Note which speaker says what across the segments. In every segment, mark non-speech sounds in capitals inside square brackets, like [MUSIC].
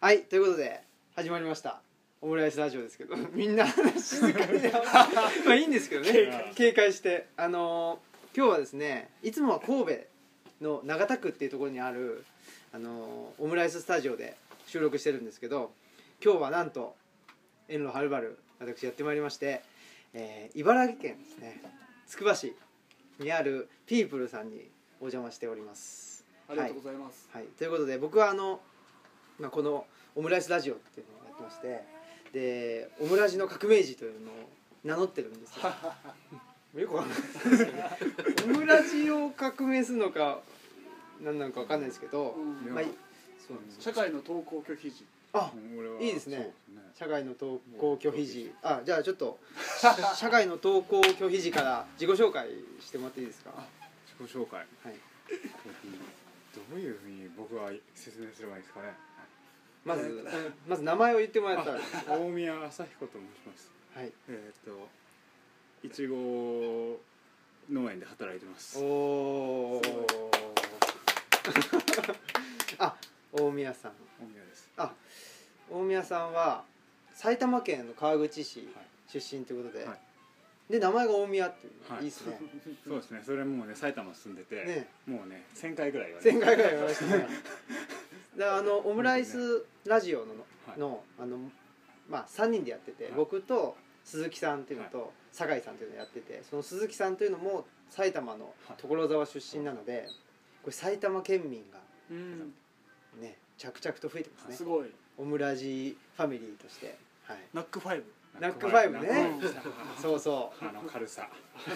Speaker 1: はいということで始まりましたオムライスラジオですけど [LAUGHS] みんな静かにねまあいいんですけどね
Speaker 2: 警戒
Speaker 1: 警戒してあのー今日はですねいつもは神戸の長田区っていうところにあるあのーオムライススタジオで収録してるんですけど今日はなんと遠路はるばる私やってまいりまして、えー茨城県ですねつくば市にあるピープルさんにお邪魔しております
Speaker 2: ありがとうございます。
Speaker 1: はい、ということで僕はあの、まあ、このオムライスラジオっていうのをやってましてでオムラジの革命児というのを名乗ってるんですよ [LAUGHS] よくわかんないですけどオムラジを革命するのか何なのかわかんないですけど、
Speaker 2: うん
Speaker 1: まあ、いそうなんですよ
Speaker 2: 社会の登校拒否時。
Speaker 1: あ
Speaker 3: 俺はい
Speaker 1: いですね
Speaker 3: そうで
Speaker 1: 社会の登校拒否時あじゃあちょっ [LAUGHS] と社社会の登校拒否時から自己紹介してもらっていいですか
Speaker 3: すね自己紹介
Speaker 1: はい
Speaker 3: どういうふうに僕は説明すればいいですかね
Speaker 1: まず [LAUGHS] うんまず名前を言ってもらったらは
Speaker 3: 大宮朝彦と申します
Speaker 1: い
Speaker 3: えーっといちご農園で働いてます
Speaker 1: おお
Speaker 2: すごい。
Speaker 1: [LAUGHS] あ、大宮さん。
Speaker 3: 大宮です
Speaker 1: あ、大宮さんは埼玉県の川口市
Speaker 3: はい
Speaker 1: 出身ということで、
Speaker 3: はい
Speaker 1: で名前が大宮っていう、、
Speaker 3: はいい
Speaker 1: いですね。
Speaker 3: そうですねそれもうね埼玉住んでて、
Speaker 1: ね
Speaker 3: もうね1000回ぐらい言われて
Speaker 1: 前回ぐらい言われました
Speaker 3: [LAUGHS]
Speaker 1: ね。で、あのオムライスラジオの
Speaker 3: はい
Speaker 1: の,、あのまあ三人でやってて、
Speaker 3: はい
Speaker 1: 僕と鈴木さんっていうのと、酒井さんっていうのやってて、その鈴木さんというのも埼玉の所沢出身なので、これ埼玉県民が
Speaker 2: うん。
Speaker 1: ね着々と増えてますね。
Speaker 2: すごい。
Speaker 1: オムラジファミリーとして、はい、
Speaker 2: ナックファイブ。
Speaker 1: ナックファイブね
Speaker 3: ナックファイブ
Speaker 1: そうそ
Speaker 3: あの軽さ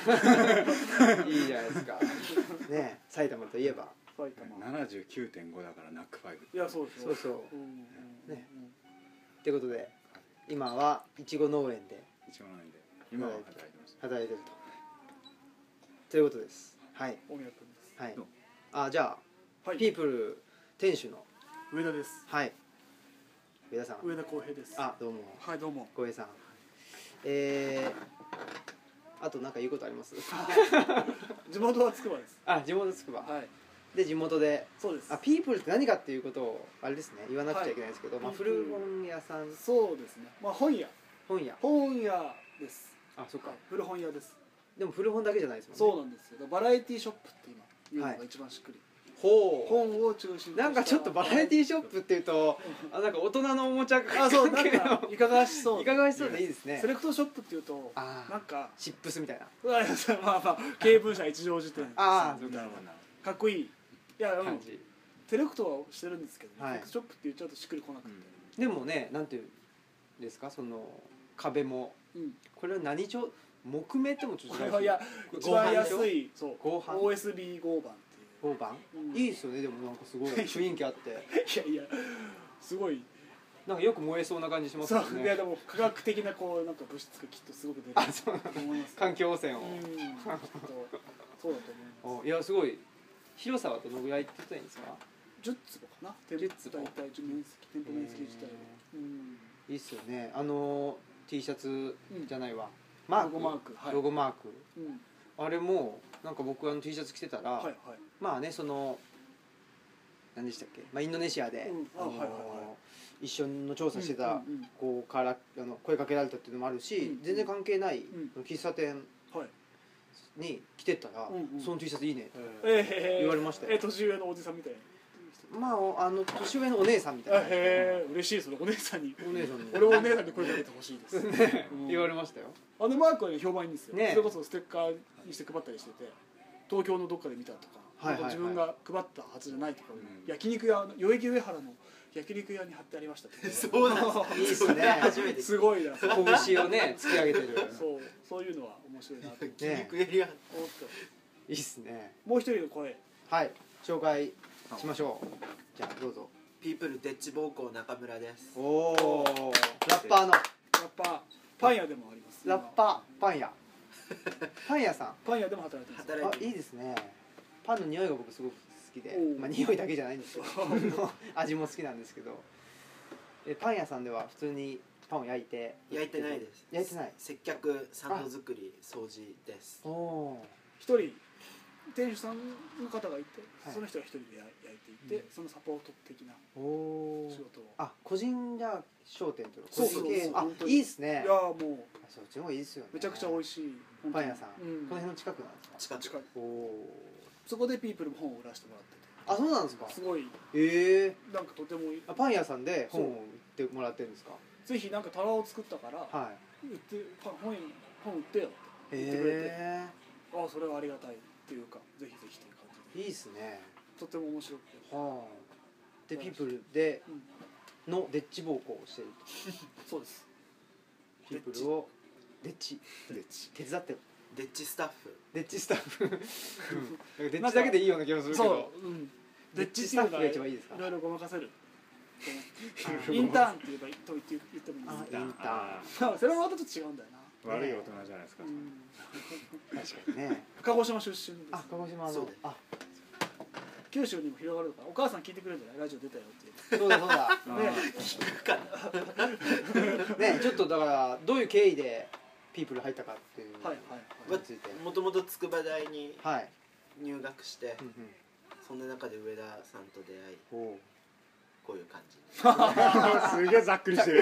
Speaker 1: う [LAUGHS] いいじゃないですかね埼玉といえば
Speaker 2: 埼玉。
Speaker 3: 79.5だからナックファイブ
Speaker 2: いやそうです
Speaker 1: そうそう
Speaker 2: うんうん
Speaker 1: ねってことで今はいちご農園で
Speaker 3: いちご農園で今は働いてます
Speaker 1: 働いてるとということですはい
Speaker 2: うん大宮君です。
Speaker 1: はい
Speaker 3: どう
Speaker 1: あじゃあ
Speaker 2: は
Speaker 1: ピ
Speaker 2: い。
Speaker 1: ープル店主の
Speaker 2: 上田です。
Speaker 1: はい上田さん
Speaker 2: 上田康平です。
Speaker 1: あどうも
Speaker 2: はいどうも。
Speaker 1: 小平さんえー、あと何か言うことあります
Speaker 2: 地元はつくばです。
Speaker 1: あ地元つくば
Speaker 2: はい。
Speaker 1: で地元で
Speaker 2: そうです。
Speaker 1: あピープルって何かっていうことをあれですね言わなくちゃいけないですけど、
Speaker 2: はい
Speaker 1: まあ、古本屋さん
Speaker 2: そうですね。まあ本屋。
Speaker 1: 本屋
Speaker 2: 本屋です。
Speaker 1: あそっか
Speaker 2: はい古本屋です。
Speaker 1: でも古本だけじゃないですもんね
Speaker 2: そうなんですよ。だからバラエティショップって今言うのが一番しっくり。
Speaker 1: ほ
Speaker 2: 本を中心
Speaker 1: う
Speaker 2: とした
Speaker 1: なんかちょっとバラエティショップっていうとあなんか大人のおもちゃ
Speaker 2: あそうなん
Speaker 1: 関係の
Speaker 2: かいかがわし
Speaker 1: [LAUGHS]
Speaker 2: そう。
Speaker 1: いかがわしそうでいいですね
Speaker 2: セレクトショップっていうと
Speaker 1: あ
Speaker 2: な
Speaker 1: あ
Speaker 2: んか
Speaker 1: チップスみたいな
Speaker 2: まあまあまあ経文社一条辞典
Speaker 1: あ
Speaker 3: なるほどなる
Speaker 2: かっこいいいやでも
Speaker 1: 感じ
Speaker 2: テレクトはしてるんですけど、
Speaker 1: はい
Speaker 2: テレクトショップって言っちゃうとしっくりこなく
Speaker 3: ほ
Speaker 2: て
Speaker 3: ど、
Speaker 1: でもねなんていうんですかその壁も
Speaker 2: うん
Speaker 1: これは何帳木目ってもちょっ
Speaker 2: ことれはいや
Speaker 1: これ
Speaker 2: 一番安
Speaker 1: 合板でし
Speaker 2: いそう
Speaker 1: 合板
Speaker 2: OSB 合板っ
Speaker 1: ょ合板
Speaker 2: ていう、うん
Speaker 1: いいですよねでもなんかす [LAUGHS] ごい雰囲気あって
Speaker 2: いやいやすごい
Speaker 1: なんかよく燃えそうな感じします
Speaker 2: そ
Speaker 1: よ
Speaker 2: ういや
Speaker 1: ね
Speaker 2: でも科学的なこうなんか物質がきっとすごく出る
Speaker 1: あそう
Speaker 2: と思います
Speaker 1: 環境汚染を
Speaker 2: うんきっとそうだと思いま
Speaker 1: おいやすごい広さはどのぐらいって言ってたらいいんですか
Speaker 2: す10坪かな店
Speaker 1: 10坪
Speaker 2: 大体面積店舗面積自体はうん
Speaker 1: いいっすよねあの T シャツじゃないわ、マー
Speaker 2: ロ
Speaker 1: ク
Speaker 2: ゴマークはい
Speaker 1: ロゴマーク
Speaker 2: うん
Speaker 1: あれもなんか僕あの T シャツ着てたら、
Speaker 2: はいはい
Speaker 1: まあねその何でしたっけ、まあ、インドネシアで、
Speaker 2: うん
Speaker 1: あ
Speaker 2: あ
Speaker 1: の
Speaker 2: はいはいは
Speaker 1: 一緒の調査して
Speaker 2: うん
Speaker 1: た
Speaker 2: うんうん
Speaker 1: 子からあの声かけられたっていうのもあるし、
Speaker 2: うんうん
Speaker 1: 全然関係ない、
Speaker 2: ん
Speaker 1: 喫茶店
Speaker 2: はい
Speaker 1: に来てったら、
Speaker 2: うんうん
Speaker 1: その T シャツいいね
Speaker 3: えー
Speaker 2: えー
Speaker 1: 言われましたよ
Speaker 2: えー年上のおじさんみたいな
Speaker 1: まああの年上のお姉さんみたいな、
Speaker 2: あへえ嬉しいそれお姉さんに
Speaker 1: お姉さんに
Speaker 2: 俺もお姉さんに声かけてほしいで
Speaker 1: [LAUGHS]
Speaker 2: すうん
Speaker 1: 言われましたよ
Speaker 2: あのマークはね評判いいんですよ
Speaker 1: ね
Speaker 2: それこそステッカーにして配ったりしてて東京のどっかで見たとか
Speaker 1: はい
Speaker 2: なんか自分が配ったはずじゃないとか
Speaker 3: うん
Speaker 2: 焼肉屋の代々木上原の焼肉屋に貼ってあ
Speaker 1: [LAUGHS]
Speaker 2: りましたとか
Speaker 4: そうなん
Speaker 1: い
Speaker 4: です
Speaker 1: いっすね初め
Speaker 2: すごいなそう
Speaker 1: 拳をね突き上げてる
Speaker 2: [LAUGHS] そうそういうのは面白いなと思って
Speaker 1: ね
Speaker 4: クエリア
Speaker 1: いいっすね
Speaker 2: もう一人の声
Speaker 1: はい紹介しましょうじゃあどうぞ
Speaker 4: ピープルデッチ暴行中村です
Speaker 1: おおラッパーの
Speaker 2: ラッパーパン屋でもあります
Speaker 1: ラッパーパン
Speaker 2: [LAUGHS]
Speaker 1: 屋パン屋さん
Speaker 2: ーパン屋でも働いてます
Speaker 4: 働い
Speaker 1: あ
Speaker 4: て
Speaker 1: いいですねパンの匂いが僕すごく好きで
Speaker 2: おー
Speaker 1: まあ匂いだけじゃないんですけどあの [LAUGHS] 味も好きなんですけどえパン屋さんでは普通にパンを焼いて
Speaker 4: 焼いてないです
Speaker 1: 焼いてない
Speaker 4: 接客サンド作り掃除です
Speaker 1: おお
Speaker 2: 一人店主さんの方がいて、
Speaker 1: はい
Speaker 2: その人が一人でや焼いていて、そのサポート的な
Speaker 1: ーおー
Speaker 2: 仕事を
Speaker 1: ああ個人じゃ商店っていうの
Speaker 2: そう
Speaker 1: 個
Speaker 2: そう
Speaker 1: 人系あ
Speaker 2: 本当に
Speaker 1: いいっすね
Speaker 2: いやーもう
Speaker 1: そっちの方がいいっすよね
Speaker 2: めちゃくちゃ美味
Speaker 1: し
Speaker 2: しい
Speaker 1: い
Speaker 2: 本当
Speaker 1: パ
Speaker 2: に
Speaker 1: ン屋さん、
Speaker 2: うん
Speaker 1: この辺の近くなんですか
Speaker 4: 近く
Speaker 2: 近い
Speaker 1: おお
Speaker 2: そこでピープルも本を売らせてもらってて
Speaker 1: あそうなんですか
Speaker 2: すごい
Speaker 1: ええ
Speaker 2: なんかとてもいい
Speaker 1: あパン屋さんで本を売ってもらってるんですか
Speaker 2: ぜひなんか棚を作ったから
Speaker 1: はい
Speaker 2: 売ってパン本本売ってよって言ってくれて
Speaker 1: え
Speaker 2: ああそれはありがたいっていうかぜひぜひという感
Speaker 1: え
Speaker 2: じで
Speaker 1: いいっすね
Speaker 2: とても面白くて、
Speaker 1: はあでピープルで
Speaker 2: うん、
Speaker 1: のデッチ暴行をしていると
Speaker 2: そうです
Speaker 1: ピープルをデッチ
Speaker 3: でち
Speaker 1: 手伝ってる
Speaker 4: デッチスタッフ
Speaker 1: [LAUGHS] デッチスタッフ、うん、なんかデッチだけでいいような気がするけど
Speaker 2: う、うん、
Speaker 1: デッチスタッフが一番いいですか
Speaker 2: いろいろごまかせ
Speaker 1: [LAUGHS]
Speaker 2: る
Speaker 1: あ
Speaker 2: インターンって言えばいいと言って言ってもいい
Speaker 1: あ
Speaker 2: で
Speaker 1: インターン
Speaker 2: すよそれもまたちょっと違うんだよな、
Speaker 3: 悪い大人じゃないですか、
Speaker 2: うん、
Speaker 1: 確かにね
Speaker 2: 鹿児島出身です
Speaker 1: あ鹿児島
Speaker 4: そう
Speaker 1: の
Speaker 4: です
Speaker 1: あ
Speaker 2: 九州にも広がるのからお母さん聞いてくれるんじゃないラジオ出たよって
Speaker 1: そうだそうだ
Speaker 3: あー
Speaker 2: ね
Speaker 1: [LAUGHS] ねちょっとだからどういう経緯でピープル入ったかっていう
Speaker 2: はいはい
Speaker 1: のについて
Speaker 4: もともと筑波大に
Speaker 1: はい、
Speaker 4: 入学して、
Speaker 1: うん
Speaker 4: そんな中で上田さんと出会い
Speaker 1: うん、おう
Speaker 4: こういう感じ
Speaker 3: すげえざっくりしてる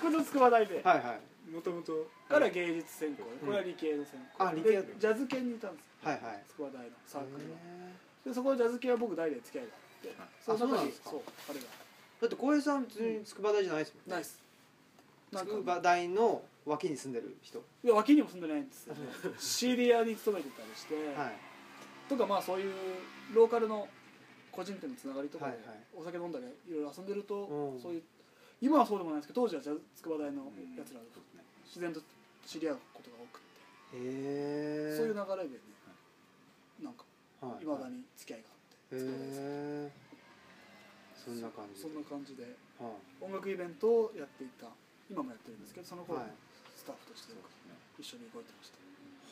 Speaker 2: これの筑波大で、
Speaker 1: はいはい
Speaker 3: もともと
Speaker 2: から芸術専攻
Speaker 1: ん
Speaker 2: これは理系の専攻、
Speaker 1: あ理系
Speaker 2: でジャズ系にいたんです
Speaker 1: はいはい
Speaker 2: 筑波大のサークルの
Speaker 1: へ
Speaker 2: でそこのジャズ系は僕大で付き合いがあって
Speaker 1: あ
Speaker 2: の
Speaker 1: そうな
Speaker 2: 中
Speaker 1: ん
Speaker 2: に
Speaker 1: ですか
Speaker 2: そう彼が
Speaker 1: ーだって浩平さん別に筑波大じゃないですもんね
Speaker 2: ナイスなんか
Speaker 1: 筑波大の脇に住んでる人
Speaker 2: いや脇にも住んでないんですよね CD 屋に勤めてたりして、
Speaker 1: はい
Speaker 2: とかまあそういうローカルの個人店のつながりとかで
Speaker 1: はいはい
Speaker 2: お酒飲んだりいろいろ遊んでると、
Speaker 1: うん
Speaker 2: そういう今はそうでもないですけど当時はジャズ筑波大のやつらと自然と知り合うことが多くて、
Speaker 1: へえ
Speaker 2: そういう流れでねなんか
Speaker 1: はい
Speaker 2: いまだに付き合いがあ
Speaker 1: へ
Speaker 2: っ
Speaker 1: えそ
Speaker 2: て、筑波大さん
Speaker 1: んな感じ
Speaker 2: そんな感じで
Speaker 1: は
Speaker 2: 音楽イベントをやっていた今もやってるんですけどその
Speaker 1: い
Speaker 2: 頃、
Speaker 1: はい
Speaker 2: スタッフとして一緒に動いてました、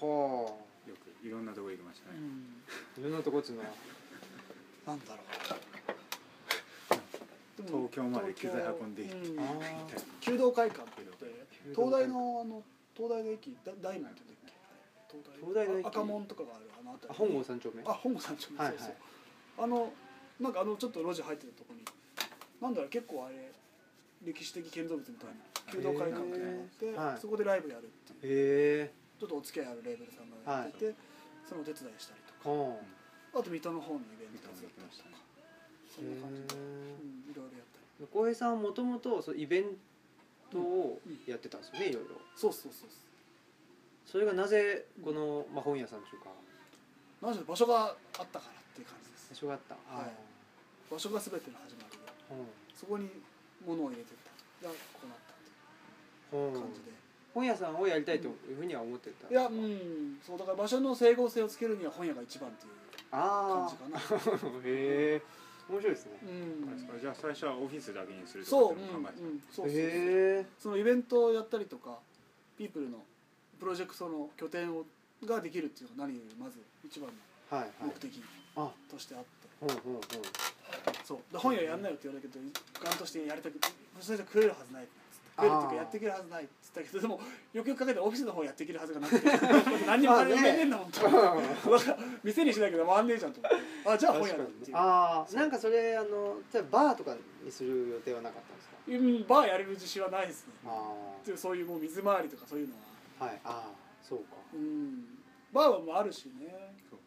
Speaker 1: は
Speaker 3: よくいろんなとこ行きましたね、
Speaker 1: あいろんなとこっつうのは
Speaker 2: なんだろうでも
Speaker 3: 東京まで機材運んでいって
Speaker 2: 東京うん
Speaker 1: あ
Speaker 2: 弓道会館って言って
Speaker 1: 弓道
Speaker 2: 東
Speaker 1: 会館
Speaker 2: 大のあの東大の駅だ大門って言うんだっけ
Speaker 1: 東大の駅
Speaker 2: あ赤門とかがあるあの
Speaker 1: あ
Speaker 2: 辺
Speaker 1: 本郷
Speaker 2: り
Speaker 1: 三丁目
Speaker 2: あ本郷さんちょ
Speaker 1: はいはい
Speaker 2: そうそうあのなんかあのちょっと路地入ってるとこになんだろう結構あれ歴史的建造物みたいな弓道会館みたいなの
Speaker 1: へー
Speaker 2: があってそこでライブやるってい
Speaker 1: へ
Speaker 2: う
Speaker 1: え
Speaker 2: ちょっとお付き合いあるレーベルさんがやってて、そのお手伝いしたりとか
Speaker 1: はあ
Speaker 2: あと水戸の方のイベント手伝ったりとかそ
Speaker 1: へ
Speaker 2: んな感じで、
Speaker 1: え
Speaker 2: うん、いろいろやったり
Speaker 1: 浩平さんはもともとイベントをやってたんですよね、いろいろ
Speaker 2: そうそうそうそう
Speaker 1: それがなぜこの、まあ、本屋さんというか
Speaker 2: なんせ場所があったからっていう感じです
Speaker 1: 場所があった、
Speaker 2: はい場所が全ての始まりでそこに物を入れてったらこうなったって
Speaker 1: うん
Speaker 2: いう
Speaker 1: うん
Speaker 2: 感じで
Speaker 1: 本屋さんをやりたいというふうには思ってた、
Speaker 2: いやうんそうだから場所の整合性をつけるには本屋が一番っていう感
Speaker 1: あ
Speaker 2: じ
Speaker 1: あ
Speaker 2: かな
Speaker 1: [LAUGHS] へえ面白いですね
Speaker 2: うん
Speaker 3: じゃあ最初はオフィスだけにすると
Speaker 2: そう
Speaker 3: かっ
Speaker 2: うん
Speaker 3: て
Speaker 2: う
Speaker 3: い
Speaker 2: ん
Speaker 3: うのも考えてた
Speaker 2: そうそうそう
Speaker 1: へえ
Speaker 2: そのイベントをやったりとかピープルのプロジェクトの拠点をができるっていうのが何よりまず一番の
Speaker 1: はいはい
Speaker 2: 目的
Speaker 1: あ
Speaker 2: としてあって、
Speaker 1: ほうほうほう
Speaker 2: そうで本屋やんないよって言われたけどガンとしてやりたくそれじゃ食えるはずないっつって食えるって
Speaker 1: あ
Speaker 2: いうか
Speaker 1: ー
Speaker 2: やっていけるはずないっつったけどでもよくよく考えたらオフィスの方やっていけるはずがなくて何にも金埋めねえんだもんとだから店にしなきゃ回んねえじゃんと思ってあじゃあ本
Speaker 1: 確
Speaker 2: 屋
Speaker 1: か
Speaker 2: だっ
Speaker 1: に
Speaker 2: て
Speaker 1: ね
Speaker 2: いう
Speaker 1: ああなんかそれあのじゃあバーとかにする予定はなかったんですか
Speaker 2: うんバーやれる自信はないですね
Speaker 1: あ
Speaker 2: でそういうもう水回りとかそういうのは
Speaker 1: あはいああそうか
Speaker 2: うんバーはもうあるしね
Speaker 3: そう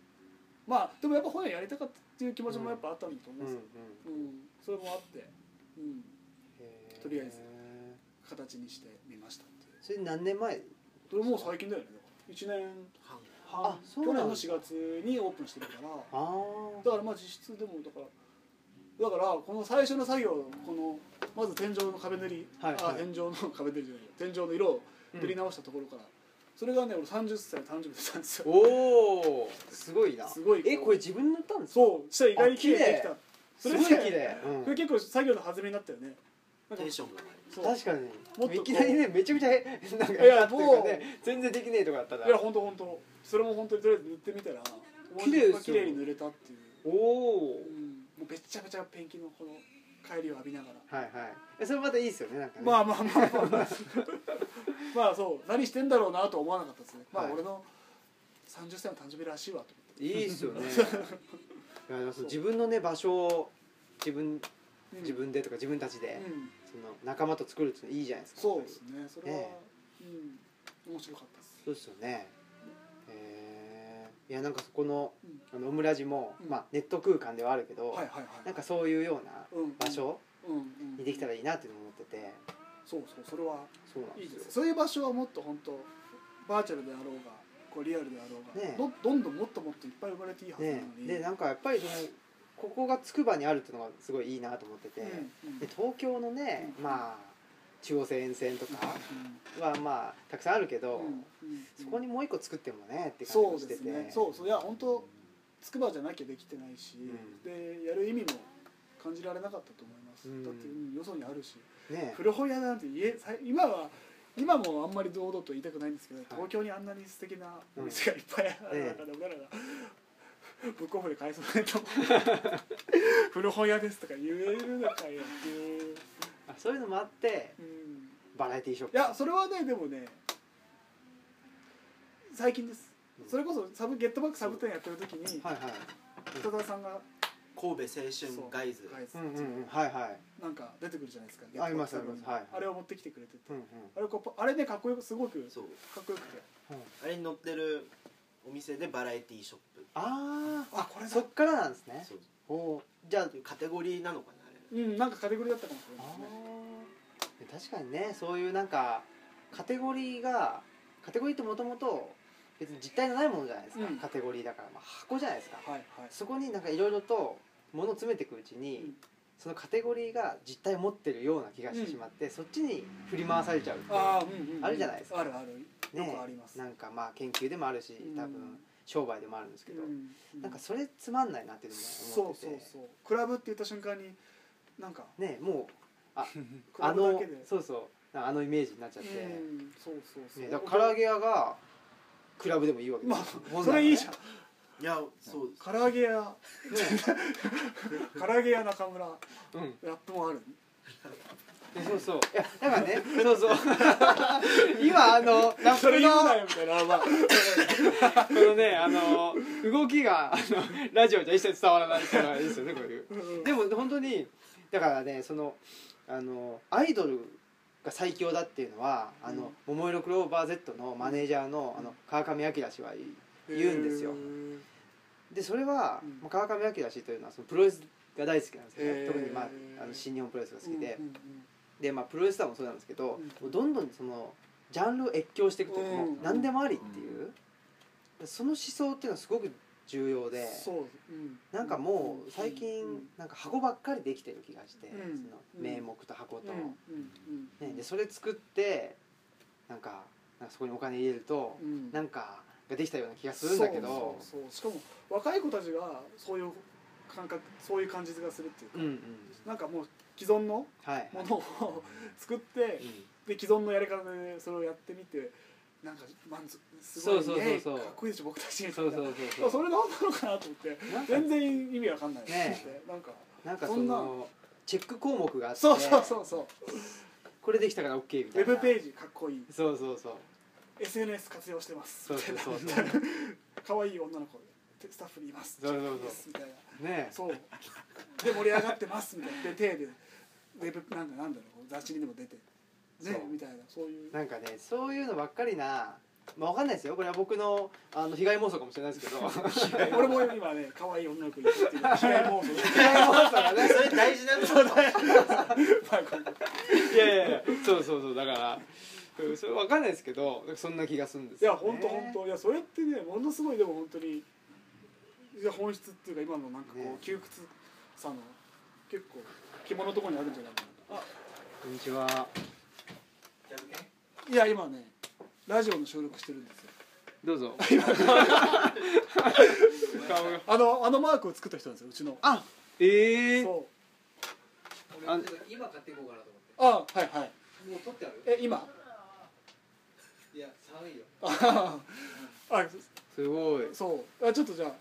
Speaker 2: まあでもやっぱ本屋やりたかったっていう気持ちもやっぱあったんだと
Speaker 1: う
Speaker 2: 思
Speaker 1: んう
Speaker 2: うん
Speaker 1: ん
Speaker 2: ですよ、うんそれもあって、うん、
Speaker 1: へえ
Speaker 2: とりあえず形にしてみましたっていう
Speaker 1: それ何年前
Speaker 2: それもう最近だよね1年
Speaker 4: 半
Speaker 1: あ
Speaker 2: 半
Speaker 1: そう
Speaker 2: 去
Speaker 1: な
Speaker 2: 年
Speaker 1: んだ
Speaker 2: の4月にオープンしてるから
Speaker 1: あ
Speaker 2: だからまあ実質でもだからだからこの最初の作業このまず天井の壁塗り、
Speaker 1: はい
Speaker 2: あ
Speaker 1: はい
Speaker 2: 天井の壁塗りじゃないよ天井の色を塗り直したところから、それがね俺30歳の誕生日だったんですよ
Speaker 1: おおすごいな
Speaker 2: すごい
Speaker 1: えこれ自分塗ったんですか
Speaker 2: そうしたら意外に綺麗にでき
Speaker 1: あ
Speaker 2: た
Speaker 1: す
Speaker 2: そ
Speaker 1: ご
Speaker 2: れ
Speaker 1: い
Speaker 2: で
Speaker 1: 綺麗、
Speaker 2: これ結構作業の弾みになったよねなんか
Speaker 4: テンションが上がり
Speaker 2: そう
Speaker 1: 確か
Speaker 2: もっとこ
Speaker 1: に
Speaker 2: う
Speaker 1: いきなりねめちゃくちゃへ [LAUGHS] なんか
Speaker 2: い
Speaker 1: 下
Speaker 2: や
Speaker 1: 手っていうか
Speaker 2: も
Speaker 1: ね全然できねえとかあったら
Speaker 2: いや本当本当それも本当にとりあえず塗ってみたら
Speaker 1: 綺麗ですよ
Speaker 2: 綺麗に塗れたっていう、
Speaker 1: おお
Speaker 2: うん、もうべっちゃべちゃペンキのこの帰りを浴びながら
Speaker 1: はいはいえそれまたいいですよねなんかね
Speaker 2: まあまあまあまあまあ [LAUGHS] まあそう何してんだろうなとは思わなかったですね、ま
Speaker 1: は
Speaker 2: あ
Speaker 1: い
Speaker 2: 俺の30歳の誕生日らしいわと [LAUGHS]
Speaker 1: いいっすよねいやでもその自分のね場所を自分
Speaker 2: うん
Speaker 1: 自分でとか自分たちで、
Speaker 2: うん
Speaker 1: その仲間と作るっていうのいいじゃないですか
Speaker 2: そうですねそれは、
Speaker 1: え
Speaker 2: うん面白かったです
Speaker 1: そうですよねえーいやなんかそこの
Speaker 2: うん
Speaker 1: あのオムラジも、
Speaker 2: うん
Speaker 1: まあ、ネット空間ではあるけど、
Speaker 2: はいはいはい
Speaker 1: なんかそういうような
Speaker 2: うん
Speaker 1: 場所
Speaker 2: うんうん
Speaker 1: にできたらいいなっていうのを思ってて
Speaker 2: そうそうそれは
Speaker 1: そうなん
Speaker 2: い
Speaker 1: で
Speaker 2: いですすよ
Speaker 1: よ
Speaker 2: そういう場所はもっと本当バーチャルであろうがこうリアルであろうが、
Speaker 1: ねえ
Speaker 2: どどんどんもっともっといっぱい生まれていいはずなの
Speaker 1: ね
Speaker 2: に、
Speaker 1: でなんかやっぱりそのここがつくばにあるっていうのがすごいいいなと思ってて、
Speaker 2: うんうん
Speaker 1: で東京のね、
Speaker 2: うん
Speaker 1: まあ中央線沿線とかはまあたくさんあるけど、
Speaker 2: うんうん
Speaker 1: そこにもう一個作ってもねって感じ
Speaker 2: そ
Speaker 1: も
Speaker 2: う
Speaker 1: して
Speaker 2: です
Speaker 1: て、
Speaker 2: ねそうそういや本当つくばじゃなきゃできてないし、
Speaker 1: うん
Speaker 2: でやる意味も感じられなかったと思います、
Speaker 1: うん
Speaker 2: だってうんよそにあるし
Speaker 1: ね
Speaker 2: 古本屋なんて家さ今は今もあんまり堂々と言いたくないんですけど、
Speaker 1: い
Speaker 2: 東京にあんなに素敵なお店がいっぱいある中で、僕らがブックオフで買いそうないと思う [LAUGHS] 古本屋ですとか言えるのかよっていう、
Speaker 1: あそういうのもあって
Speaker 2: うん、
Speaker 1: バラエティショッ
Speaker 2: い
Speaker 1: プ
Speaker 2: やそれはねでもね最近です
Speaker 1: うん
Speaker 2: それこそサブゲットバックサブ店やってる時に
Speaker 1: はいはい
Speaker 2: 北田さんが
Speaker 4: 神戸青春ガイズ
Speaker 2: ガイズ
Speaker 1: うんうんうんはいはい
Speaker 2: なんか出てくるじゃないですか
Speaker 1: あります
Speaker 2: ゲットバ
Speaker 1: ありま
Speaker 2: ックサブに
Speaker 1: すはいはい
Speaker 2: あれを持ってきてくれてて
Speaker 1: うんうん
Speaker 2: あれこうあれねかっこよくすごくか
Speaker 4: そう
Speaker 2: っこよくて
Speaker 1: うん
Speaker 4: あれに載ってるお店でバラエティーショップ
Speaker 1: あ
Speaker 2: あこ
Speaker 1: あ
Speaker 2: れ
Speaker 1: そ
Speaker 2: だ
Speaker 1: っからなんですね
Speaker 4: そう
Speaker 1: おーじゃあ
Speaker 4: カテゴリーなのかなあれ
Speaker 2: うんなんかカテゴリーだったかもしれ
Speaker 1: あ
Speaker 2: ないですね
Speaker 1: ー確かにねそういうなんかカテゴリーがカテゴリーってもともと別に実体のないものじゃないですか、
Speaker 2: うん
Speaker 1: カテゴリーだから、まあ、箱じゃないですか
Speaker 2: はいはい
Speaker 1: そこになんかいろいろと物を詰めていくうちに、
Speaker 2: うん
Speaker 1: そのカテゴリーが実体を持ってるような気がしてしまって、そっちに振り回されちゃうっていう
Speaker 2: ああうんうんうん
Speaker 1: あるじゃないですか
Speaker 2: あるあるよくあります
Speaker 1: なんかまあ研究でもあるし多分商売でもあるんですけ
Speaker 2: う
Speaker 1: ど、
Speaker 2: んう
Speaker 1: なんかそれつまんないなっていうのも
Speaker 2: そ
Speaker 1: 思
Speaker 2: う
Speaker 1: ってて
Speaker 2: そうそうクラブって言った瞬間になんか
Speaker 1: ねもう
Speaker 2: クラ
Speaker 1: あ
Speaker 2: ブだ
Speaker 1: の
Speaker 2: けで
Speaker 1: そうそうあのイメージになっちゃって、
Speaker 2: うんそうそうそう
Speaker 1: ね、だから唐揚げ屋がクラブでもいいわけで
Speaker 2: ますあ
Speaker 1: よ、
Speaker 2: それいいじゃん
Speaker 4: いやそうです
Speaker 2: 唐揚げ屋 [LAUGHS] 唐揚げ屋中村
Speaker 1: ゃん、うん、
Speaker 2: ラップもある
Speaker 1: そうそういやだからねそうそう [LAUGHS] 今あのラッ
Speaker 2: それ
Speaker 1: プ
Speaker 2: 言
Speaker 1: の
Speaker 2: うなよみたいなまあ
Speaker 1: このねあの動きがあのラジオじゃ一切伝わらないっていうのがいいですよねこういう [LAUGHS]
Speaker 2: うん
Speaker 1: でも本当にだからねそのあのアイドルが最強だっていうのはあの、桃色クローバー Z のマネージャーのあの川上明氏は言う言うんですよでそれは、
Speaker 2: うん
Speaker 1: まあ川上明氏というのはそのプロレスが大好きなんですよ
Speaker 2: へ
Speaker 1: ね
Speaker 2: ー
Speaker 1: 特に、まあ、あの新日本プロレスが好きで、
Speaker 2: うんうん
Speaker 1: で、まあ、プロレスラーもそうなんですけど
Speaker 2: うん、
Speaker 1: もうどんどんそのジャンルを越境していくというか、もう
Speaker 2: うん
Speaker 1: 何でもありっていう、その思想っていうのはすごく重要
Speaker 2: うん
Speaker 1: で
Speaker 2: そううん
Speaker 1: なんかもう最
Speaker 2: うん
Speaker 1: 近なんか箱ばっかりできてる気がして、
Speaker 2: うん
Speaker 1: その名目と箱と、
Speaker 2: うんうん
Speaker 1: ね、でそれ作ってなんかなんかそこにお金入れると
Speaker 2: う、ん
Speaker 1: なんかができたような気がするんだけど
Speaker 2: そうそうそうしかも若い子たちがそういう感覚そういう感じがするっていうか、
Speaker 1: うんうん
Speaker 2: なんかもう既存の
Speaker 1: はい、
Speaker 2: ものを [LAUGHS] 作って
Speaker 1: うん
Speaker 2: で既存のやり方でそれをやってみてなんか満足すごいね
Speaker 1: そうそうそうそう
Speaker 2: かっこいいでしょ僕たちみた
Speaker 1: そう
Speaker 2: いな
Speaker 1: そう
Speaker 2: で
Speaker 1: そう
Speaker 2: も
Speaker 1: そ
Speaker 2: それどうなのかなと思って
Speaker 1: うなんか
Speaker 2: 全然意味わかんない
Speaker 1: ね
Speaker 2: なんか
Speaker 1: なんか
Speaker 2: そ
Speaker 1: そ
Speaker 2: んな
Speaker 1: のチェック項目があって
Speaker 2: そうそうそうそう
Speaker 1: これできたから OK み
Speaker 2: ウ
Speaker 1: たい
Speaker 2: ェ
Speaker 1: な
Speaker 2: ブページかっこいい
Speaker 1: そうそうそう
Speaker 2: SNS 活用してます
Speaker 1: そうそうそう
Speaker 2: み
Speaker 1: そ
Speaker 2: た
Speaker 1: う
Speaker 2: いな可愛い女の子でスタッフにいます
Speaker 1: そうそうそう
Speaker 2: ですみたいな
Speaker 1: ね
Speaker 2: そうで盛り上がってますみたいなで手でウェブなんかなんだろう雑誌にでも出て
Speaker 1: そ
Speaker 2: ね
Speaker 1: う
Speaker 2: みたいなそういう
Speaker 1: なんかねそういうのばっかりなまあわかんないですよこれは僕のあの被害妄想かもしれないですけど被
Speaker 2: 俺も今ね可愛い女の子にっていう
Speaker 1: [LAUGHS]
Speaker 2: のが嫌い妄想
Speaker 1: 害妄想がね
Speaker 4: それ大事なの
Speaker 2: まあこ
Speaker 1: [LAUGHS]
Speaker 2: う
Speaker 1: いやいやいやそうそうそうだからうんそれわかんないですけどそんな気がするんです
Speaker 2: いや
Speaker 1: よ、ね、
Speaker 2: 本当本当いやそれってねものすごいでも本当にいや本質っていうか今のなんかこ
Speaker 1: ね
Speaker 2: う窮屈さの結構肝のところにあるんじゃないかなあ
Speaker 1: こんにちはい
Speaker 2: や今ねラジオの収録してるんですよ
Speaker 1: どうぞ顔が
Speaker 2: あのあのマークを作った人なんですようちの
Speaker 1: あええー、
Speaker 2: そう
Speaker 1: あ
Speaker 5: 今買っていこうかなと思って
Speaker 2: あはいはい
Speaker 5: もう取ってある
Speaker 2: え今
Speaker 5: いや寒いよ
Speaker 2: [LAUGHS] ああ
Speaker 1: すごい
Speaker 2: そうあちょっとじゃ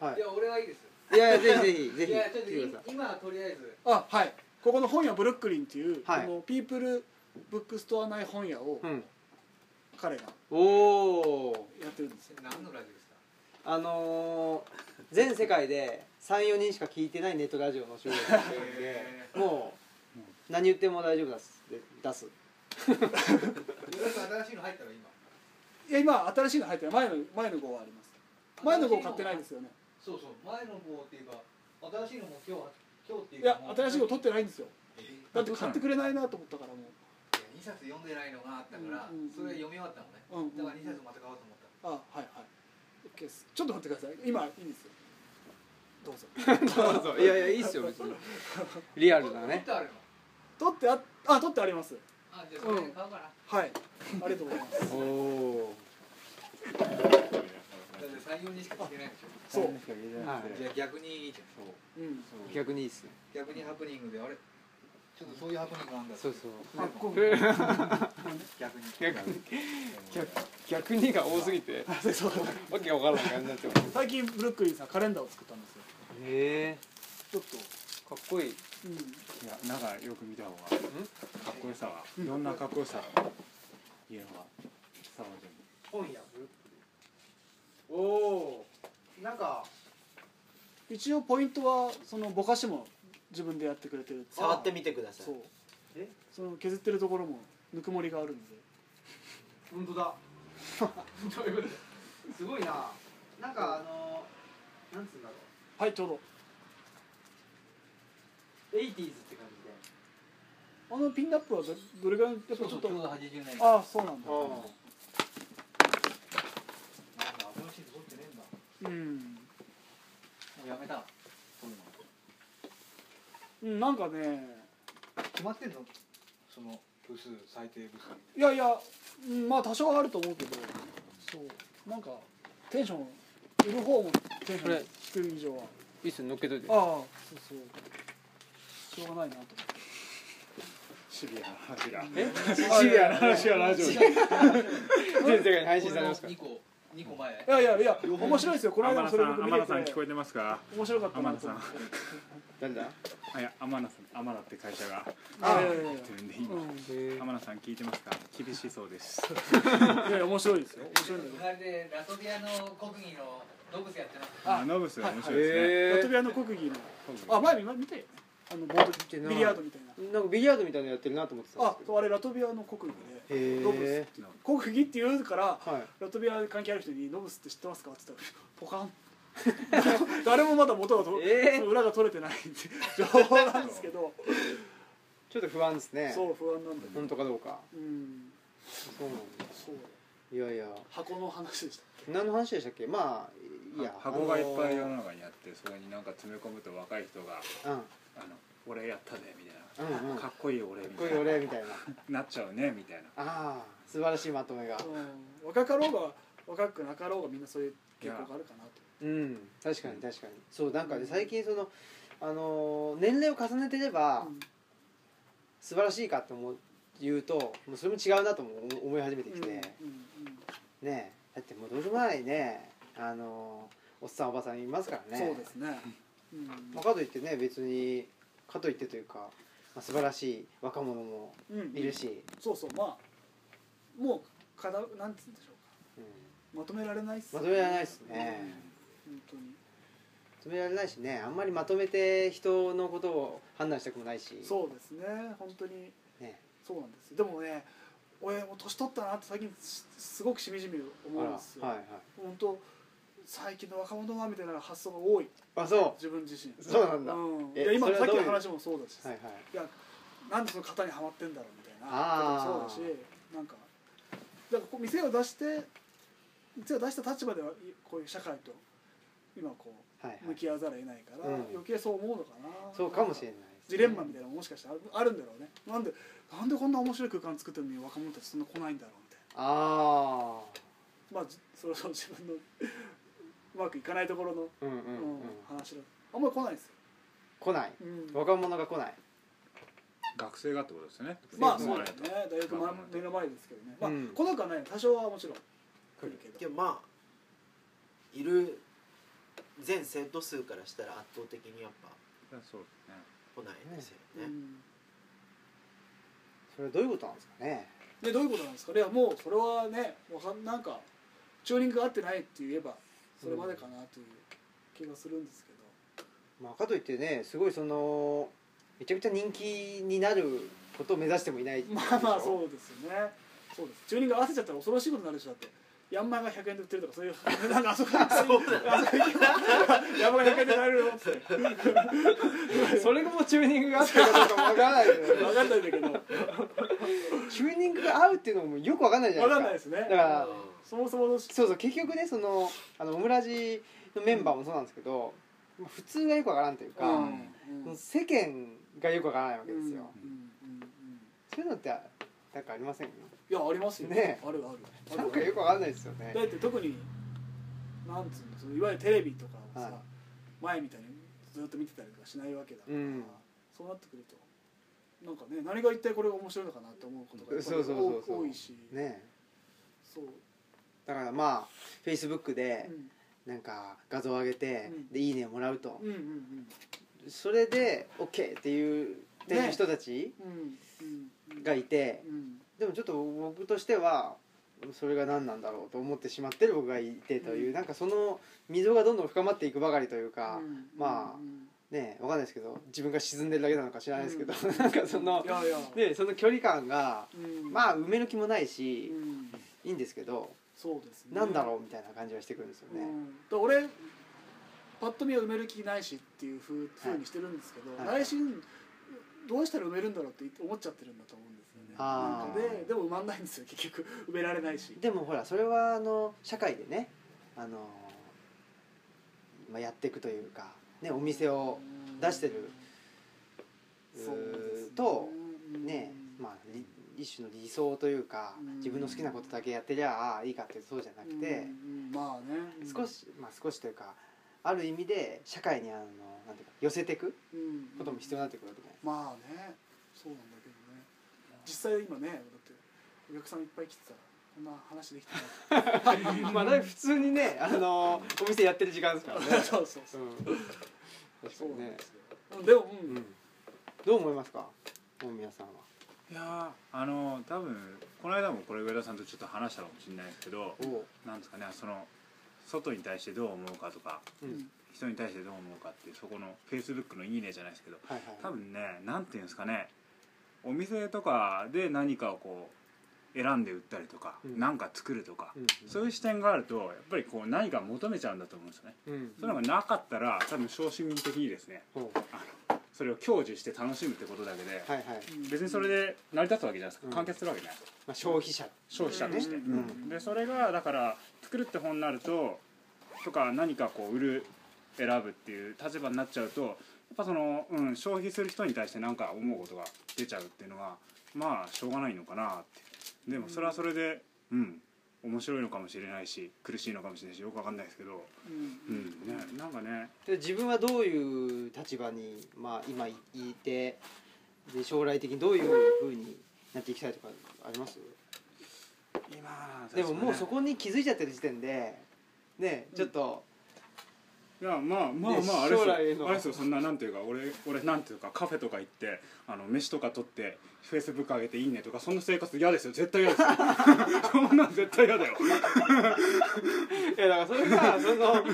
Speaker 1: はい
Speaker 5: や俺はいいです
Speaker 1: いやいやぜひぜひぜ
Speaker 5: いやちょっ
Speaker 1: ひ
Speaker 5: と
Speaker 1: 来てください
Speaker 5: 今はとりあえず
Speaker 2: ああはいここの本屋ブルックリンっていう、
Speaker 1: はい
Speaker 2: このピープルブックストア内本屋を
Speaker 1: うん
Speaker 2: 彼が
Speaker 1: おお
Speaker 2: やってるんですよ
Speaker 5: 何のラジオですか
Speaker 1: あのー、全世界で34人しか聞いてないネットラジオの収録をしてるんで
Speaker 5: え
Speaker 1: もう何言っても大丈夫ですで出す
Speaker 5: ー、ようやく新しいの入ったら今
Speaker 2: いや今新しいの入ってない前の前の号はあります前の号買ってないんですすよね
Speaker 5: そうそう前の号っていうか新しいのも今日は今日ってい
Speaker 2: いう
Speaker 5: か
Speaker 2: や新しい号
Speaker 5: 号
Speaker 2: 取ってないんですよ
Speaker 5: えー
Speaker 2: だって買ってくれないなと思ったからもう
Speaker 5: 2冊読んでないのがあったから、
Speaker 2: うんうんうん
Speaker 5: それ読み終わったのね、
Speaker 2: うんうん
Speaker 5: だから2冊また買おうと思った
Speaker 2: あはいはい OK ですちょっと待ってください今いいんですよどう
Speaker 1: [LAUGHS]
Speaker 2: ぞ
Speaker 1: いやいやいいっすよ別にリアルだね
Speaker 5: 取ってあるの
Speaker 2: 取ってああ取ってあります
Speaker 5: あじゃあそれ買おうかな、
Speaker 2: はいありがとうございます [LAUGHS]
Speaker 1: おお
Speaker 5: だって採用にしか聞けないでしょ
Speaker 2: そう、
Speaker 1: はい
Speaker 5: じゃあ逆にいいじゃん
Speaker 2: うん、
Speaker 1: 逆にいいっすね
Speaker 5: 逆にハプニングであれちょっとそういうハプニングがあんだ
Speaker 1: そうそう [LAUGHS]
Speaker 2: あごめん
Speaker 1: 逆
Speaker 5: 逆に
Speaker 1: に逆逆にが多すぎて
Speaker 2: あそう
Speaker 1: わけわからない感じになっちゃうへ
Speaker 2: 最近ブルックリンさんカレンダーを作ったんですよ
Speaker 1: え
Speaker 2: ちょっと、
Speaker 1: かっこいい
Speaker 2: うん、
Speaker 3: いやなんかよく見た方がかっこよさは
Speaker 2: うん
Speaker 3: いろんなかっこよさいうのが伝わる
Speaker 1: 本やおお
Speaker 5: なんか
Speaker 2: 一応ポイントはそのぼかしも自分でやってくれてる
Speaker 4: 触ってみてください
Speaker 2: そう
Speaker 1: え
Speaker 2: その削ってるところもぬくもりがあるんで
Speaker 5: 本
Speaker 1: [LAUGHS]
Speaker 5: 当だどういうこと
Speaker 1: すごいな
Speaker 5: なんかあのなんつうんだろ
Speaker 2: はいちょう
Speaker 1: エイティーズって感じで
Speaker 2: どあのピンナップはどどれぐらいやっぱ
Speaker 5: う
Speaker 2: ちょっ
Speaker 5: ちょう
Speaker 2: と
Speaker 5: ど80年代なんだ
Speaker 2: ああそうなん
Speaker 1: あ
Speaker 2: だ
Speaker 5: このシート取ってねえんだも
Speaker 2: うん、
Speaker 5: うやめた取るの
Speaker 2: うん、なんかね
Speaker 5: 決まってんのその部数最低部数
Speaker 2: いやいや、うん、まあ多少はあると思うけどそうなんかテンション売る方もテンシ
Speaker 1: こ
Speaker 2: ョ
Speaker 1: れ
Speaker 2: ン低い以上は
Speaker 1: あいいっすね乗っけといて
Speaker 2: ああそうそうしょうがないなと思って。
Speaker 3: シビアな話が
Speaker 1: え
Speaker 3: シビアな話がラジオで
Speaker 1: 全世界に配信されますから
Speaker 5: 2個二個前
Speaker 2: いやいやいや面白いですよこの間
Speaker 3: 天
Speaker 2: も
Speaker 3: 野
Speaker 2: そ
Speaker 3: さ
Speaker 2: れ
Speaker 3: ん天野さん
Speaker 2: 僕見て
Speaker 3: 聞こ
Speaker 2: て
Speaker 3: えてますか
Speaker 2: 面白かったな
Speaker 3: 天野
Speaker 2: と
Speaker 3: さ
Speaker 2: 思
Speaker 3: ん
Speaker 2: って
Speaker 1: なんだへ
Speaker 3: あいや天野さん天野って会社が
Speaker 2: あいやいやいや
Speaker 3: 言ってるんで今
Speaker 2: うん
Speaker 1: え
Speaker 3: 天野さん聞いてますか厳しそうです
Speaker 2: いやいや面白いですよ面白いんだけど
Speaker 5: 隣でラトビアの国技の動物やってます
Speaker 2: あ
Speaker 3: あノブス面白いで
Speaker 2: ラト
Speaker 1: へ
Speaker 2: ビアの国技の
Speaker 3: すね
Speaker 2: あ前見前見たよねあのボー
Speaker 1: て
Speaker 2: ド
Speaker 1: ない
Speaker 2: ビリヤードみたいな
Speaker 1: えなんかビリヤードみたいなのやってるなと思ってたんで
Speaker 2: あ
Speaker 1: すけ
Speaker 2: そ
Speaker 1: ど
Speaker 2: うあれラトビアの国技で
Speaker 1: へ
Speaker 2: ノブス
Speaker 1: え
Speaker 2: 国技って言うか
Speaker 1: は
Speaker 2: ら
Speaker 1: い
Speaker 2: ラトビアで関係ある人に「ノブスって知ってますか?」って言ったら「ポカン」 [LAUGHS] 誰もまだ元がと、
Speaker 1: えー
Speaker 2: その裏が取れてないって情報なんですけど
Speaker 1: ちょっと不安ですね
Speaker 2: そう不安なんだけど
Speaker 1: 本当かどうか
Speaker 2: うん
Speaker 1: そうなんだ
Speaker 2: そう
Speaker 1: いやいや
Speaker 2: 箱の話でした
Speaker 1: 何の話でしたっけまあいや
Speaker 3: 箱がいっぱい世
Speaker 1: あ
Speaker 3: の
Speaker 1: の
Speaker 3: 中にあってそれになんか詰め込むと若い人が「あの俺やったで」みたいな
Speaker 1: うんうんうん
Speaker 3: 「か
Speaker 1: かっ
Speaker 3: っこいい俺」み
Speaker 1: こい
Speaker 3: た
Speaker 1: い
Speaker 3: いな
Speaker 1: 俺みたいな
Speaker 3: なっちゃうねみたいな
Speaker 1: ああ素晴らしいまとめが
Speaker 2: うん若かろうが若くなかろうがみんなそういう傾向があるかなと
Speaker 1: うん確かに確かにそうなんかね最近そのあのー年齢を重ねてれば
Speaker 2: うん
Speaker 1: 素晴らしいかって思う言うともうそれも違うなとも思思い始めてきて、
Speaker 2: うんうん
Speaker 1: ねえだってもうどうしようもないねあのーおっさんおばさんいますからね
Speaker 2: そうですね、うん
Speaker 1: まあ、かといってね別にかといってというか、まあ、素晴らしい若者も
Speaker 2: うん
Speaker 1: いるし、
Speaker 2: そうそうまあもうかだなんつうんでしょ
Speaker 1: う
Speaker 2: う
Speaker 1: ん
Speaker 2: かまとめられないっす
Speaker 1: まとめられないっすね
Speaker 2: うん本
Speaker 1: 止められないしねあんまりまとめて人のことを判断したくもないし
Speaker 2: 当にそうですね本当に
Speaker 1: ね
Speaker 2: そうなんですよでもね俺もう年取ったなって最近しすごくしみじみ思
Speaker 1: あ
Speaker 2: うん
Speaker 1: ら
Speaker 2: ですよ、
Speaker 1: はいはい
Speaker 2: 本当最近の若者はみたいな発想が多い
Speaker 1: あそ
Speaker 2: 自分自身
Speaker 1: そうなんだ
Speaker 2: うん、い
Speaker 1: え
Speaker 2: や今
Speaker 1: そ
Speaker 2: の
Speaker 1: れ
Speaker 2: さ
Speaker 1: は
Speaker 2: っき
Speaker 1: どうい
Speaker 2: の
Speaker 1: う
Speaker 2: 話もそうだし
Speaker 1: うはいはい
Speaker 2: いやなんでその型にはまってんだろうみたいな
Speaker 1: あー
Speaker 2: こともそうだしなんかだからこう店を出して店を出した立場ではいこういう社会と今こ
Speaker 1: はいは
Speaker 2: う向
Speaker 1: い
Speaker 2: き合わざるを得ないから、
Speaker 1: うん
Speaker 2: 余計そう思うのかな
Speaker 1: そうかもしれ
Speaker 2: ん
Speaker 1: ない
Speaker 2: ジレンマみたいなのももしかしたらあるあるんだろうねなんでなんでこんな面白い空間作ってるのに若者たちそんな来ないんだろうみたい
Speaker 1: あ
Speaker 2: なまあじそれは自分の [LAUGHS] うまくいかないところの、
Speaker 1: あうんうんう
Speaker 2: うん
Speaker 1: ん、
Speaker 2: 話だあんまり来ないですよ、
Speaker 1: 来ない
Speaker 2: うん
Speaker 1: 若者が来ない
Speaker 3: 学生がってことですよね
Speaker 2: まあそうだよ
Speaker 3: ね
Speaker 2: ね大学
Speaker 3: まあ
Speaker 2: 前目の前ですけどねまあ、
Speaker 1: うん
Speaker 2: この子はね多少はもちろん来るけ
Speaker 4: で
Speaker 2: ど
Speaker 4: もまあいる全生徒数からしたら圧倒的にやっぱ
Speaker 3: そうですね
Speaker 4: 来ないんですよ
Speaker 2: う
Speaker 4: ね、
Speaker 2: ん
Speaker 1: それはどういうことなんですかね
Speaker 2: でどういうことなんですかねいやもうそれはねわかんなんかチューニングが合ってないって言えばそれまでかなという気がするんですけど
Speaker 1: まあ、かといってねすごいそのめちゃくちゃ人気になることを目指してもいない
Speaker 2: まあまあ
Speaker 1: でしょ
Speaker 2: そうですよねそうですチューニング合わせちゃったら恐ろしいことになるでしょだってヤンマーが100円で売ってるとかそういう [LAUGHS] なんかあそこにあそこにヤンマーが100円で買えるよって
Speaker 1: それがもうチューニングが合ってるかどうかもわからないけどね
Speaker 2: [LAUGHS] 分かんないんだけど分
Speaker 1: チューニングが合うっていうのもよくわかんないじゃないで
Speaker 2: か
Speaker 1: す
Speaker 2: ん
Speaker 1: か
Speaker 2: ないで
Speaker 1: だ
Speaker 2: すね
Speaker 1: から
Speaker 2: そもそもの
Speaker 1: そうそう結局ねそのあのオムラジのメンバーもそうなんですけど、まあ普通がよくわからんというか、
Speaker 2: うん
Speaker 1: その世間がよくわからないわけですよ、
Speaker 2: うんうんうんうん
Speaker 1: そういうのってなんかありませんよ
Speaker 2: いやありますよ
Speaker 1: ね
Speaker 2: あるあるある
Speaker 1: なんかよくわかんないですよね
Speaker 2: だって特になんつうのそのいわゆるテレビとかをさ、
Speaker 1: はい
Speaker 2: 前みたいにずっと見てたりとかしないわけだから、
Speaker 1: うん
Speaker 2: そうなってくるとなんかね何が一体これが面白いのかなって思うことがやっぱり
Speaker 1: そうそうそうそう
Speaker 2: 多多いし、
Speaker 1: ね
Speaker 2: そう、
Speaker 1: だからまあフェイスブック
Speaker 2: う
Speaker 1: で
Speaker 2: ん、
Speaker 1: なんか画像を上げて、
Speaker 2: うん
Speaker 1: で「いいね」をもらうと、
Speaker 2: うんうん
Speaker 1: それで OK っていうっていう人たち
Speaker 2: うんうんうん
Speaker 1: がいて、
Speaker 2: うん
Speaker 1: でもちょっと僕としてはそれが何なんだろうと思ってしまってる僕がいてという、
Speaker 2: うん
Speaker 1: なんかその溝がどんどん深まっていくばかりという
Speaker 2: う
Speaker 1: か、
Speaker 2: ん
Speaker 1: まあ
Speaker 2: うん
Speaker 1: ねわかんないですけど自分が沈んでるだけなのか知らないですけど、
Speaker 2: う
Speaker 1: [LAUGHS] なんかその
Speaker 2: い、やいや、
Speaker 1: ね、その距離感が
Speaker 2: うん、
Speaker 1: まあ埋める気もない
Speaker 2: あ
Speaker 1: し、いいんですけど、
Speaker 2: そうですね
Speaker 1: なんだろうみたいな感じはしてくるんですよ
Speaker 2: う
Speaker 1: ね。
Speaker 2: ん、だから俺パッと見は埋める気ないしっていうふう風にしてるんですけど、
Speaker 1: はい
Speaker 2: 内心どうしたら埋めるんだろうって思っちゃってるんだと思うんですよね
Speaker 1: あー
Speaker 2: なんかででも埋まんないんですよ結局埋められないし
Speaker 1: でもほらそれはあの社会でね、あのまあ、やっていくというか、ね、お店を出してる
Speaker 2: そうですね
Speaker 1: と
Speaker 2: うん
Speaker 1: ねまあ、り一種の理想というか
Speaker 2: うん
Speaker 1: 自分の好きなことだけやってりゃあいいかってそうじゃなくて
Speaker 2: うんうんまあねうん
Speaker 1: 少し、まあ、少しというかある意味で社会にあのなんていうか寄せていく
Speaker 2: うん
Speaker 1: ことも必要になってくるわけじゃないですか
Speaker 2: まあねそうなんだけどね実際今ねだってお客さんいっぱい来てたらこんな話できてない
Speaker 1: まあだいぶ普通にねあのお店やってる時間ですからね。
Speaker 2: [LAUGHS] そうそう
Speaker 1: う、
Speaker 2: そうん
Speaker 1: 確か
Speaker 2: そう
Speaker 1: に
Speaker 2: なん
Speaker 1: ね
Speaker 2: ですよでもう
Speaker 1: うんん、どう思いますか大宮さんは。
Speaker 3: いやーあの多分この間もこれ上田さんとちょっと話したかもしれないですけど
Speaker 1: おう
Speaker 3: なんですかねその外に対してどう思うかとか
Speaker 1: うん
Speaker 3: 人に対してどう思うかっていうそこのフェイスブックの「いいね」じゃないですけど
Speaker 1: はい
Speaker 3: 多
Speaker 1: はい
Speaker 3: 分ねなんていうんですかねお店とかで何かをこう選んで売ったりとか
Speaker 1: うん
Speaker 3: 何、か作るとか、
Speaker 1: うん
Speaker 3: そういう視点があるとやっぱりこう何か求めちゃうんだと思うんですよね、
Speaker 1: うん
Speaker 3: そういうのがなかったら多分小市民的にですね
Speaker 1: おう
Speaker 3: それを享受して楽しむってことだけで、
Speaker 1: はいはい。
Speaker 2: うん
Speaker 3: 別にそれで成り立つわけじゃないですか、
Speaker 1: うん
Speaker 3: 完結するわけじゃないですか
Speaker 1: まあ消費者。
Speaker 3: 消費者として、
Speaker 2: うん
Speaker 1: うん
Speaker 2: うん
Speaker 3: でそれがだから作るって本になるととか何かこう売る選ぶっていう立場になっちゃうとやっぱその、うん、消費する人に対して何か思うことが出ちゃうっていうのはまあしょうがないのかなってでもそれはそれでうん面白いのかもしれないし苦しいのかもしれないしよくわかんないですけど、う
Speaker 2: う
Speaker 3: んんね、なんかね
Speaker 1: で自分はどういう立場にまあ今いいてで将来的にどういう風になっていきたいとかあります？
Speaker 3: 今
Speaker 1: でももうそ
Speaker 3: ね
Speaker 1: こに気づいちゃってる時点でねちょっと、
Speaker 3: いやまあまあ
Speaker 1: ね
Speaker 3: まああれですよ
Speaker 1: 将来の
Speaker 3: あれですよそんななんていうか俺俺なんていうかカフェとか行ってあの飯とか取ってフェイスブック上げていいねとかそんな生活嫌ですよ絶対嫌
Speaker 1: [LAUGHS]
Speaker 3: ですよそんなん絶対嫌だよ
Speaker 1: いやだからそれがそ [LAUGHS] のあの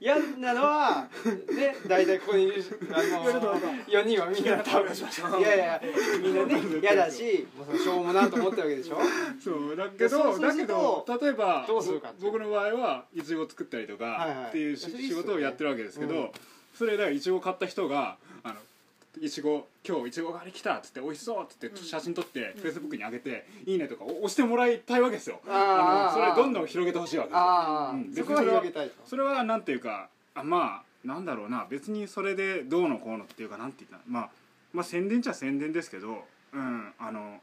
Speaker 1: 嫌なのはね大体ここにいるあ
Speaker 2: いやちょっと
Speaker 1: の
Speaker 2: 待って
Speaker 1: 4人はみんな多分いやいやみんなね嫌だしもうそのしょうもなと思ってるわけでし [LAUGHS] ょ。
Speaker 3: そうだけ
Speaker 1: そう
Speaker 3: ど
Speaker 1: そう
Speaker 3: だ
Speaker 1: する
Speaker 3: け
Speaker 1: と
Speaker 3: ど例えば
Speaker 1: どうするかっていう
Speaker 3: 僕の場合はいちご作ったりと
Speaker 1: はいはい
Speaker 3: かっていう
Speaker 1: い
Speaker 3: し
Speaker 1: やそれいいっす
Speaker 3: 仕
Speaker 1: よね
Speaker 3: 事をやってるわけですけ
Speaker 1: うん
Speaker 3: どそれだからいちご買った人があのいちご今日いちご狩り来たっつって美味しそうっつって
Speaker 2: うん
Speaker 3: 写真撮って
Speaker 2: うん
Speaker 3: フェイスブックに上げていいねとか押してもらいたいわけですよ
Speaker 1: あー
Speaker 3: あのそれどんどん広げてほしいわけですよ
Speaker 1: ああ、
Speaker 3: うん
Speaker 1: そこは広げたいと。
Speaker 3: それはなんていうかあまあなんだろうな別にそれでどうのこうのっていうかなんて言ったらまあまあ宣伝っちゃ宣伝ですけどうんあの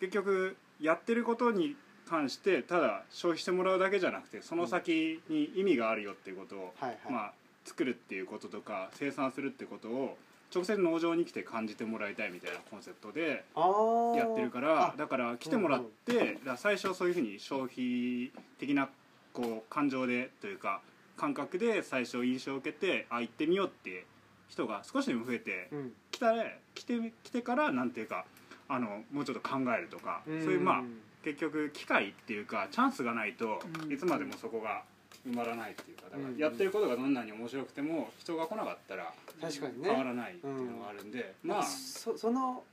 Speaker 3: 結局やってることに関してただ消費してもらうだけじゃなくてその先に意味があるよっていうことを、
Speaker 1: はいはい。
Speaker 3: まあ、作るっていうこととか生産するってことを直接農場に来て感じてもらいたいみたいなコンセプトで
Speaker 1: あー
Speaker 3: やってるから
Speaker 1: あ
Speaker 3: だから来てもらって、だから最初そういうふうに消費的なこう感情でというか感覚で最初印象を受けてあ行ってみようって人が少しでも増えて
Speaker 1: うん
Speaker 3: 来たら来て来てからなんていうかあのもうちょっと考えるとか、そういうまあ結局機会っていうかチャンスがないと
Speaker 2: うん
Speaker 3: いつまでもそこが埋まらないっていうかだから
Speaker 1: うん
Speaker 3: やってることがどんなに面白くても人が来なかったら
Speaker 1: 確かにね
Speaker 3: 変わらないっていうのがあるんで、まあ
Speaker 1: そその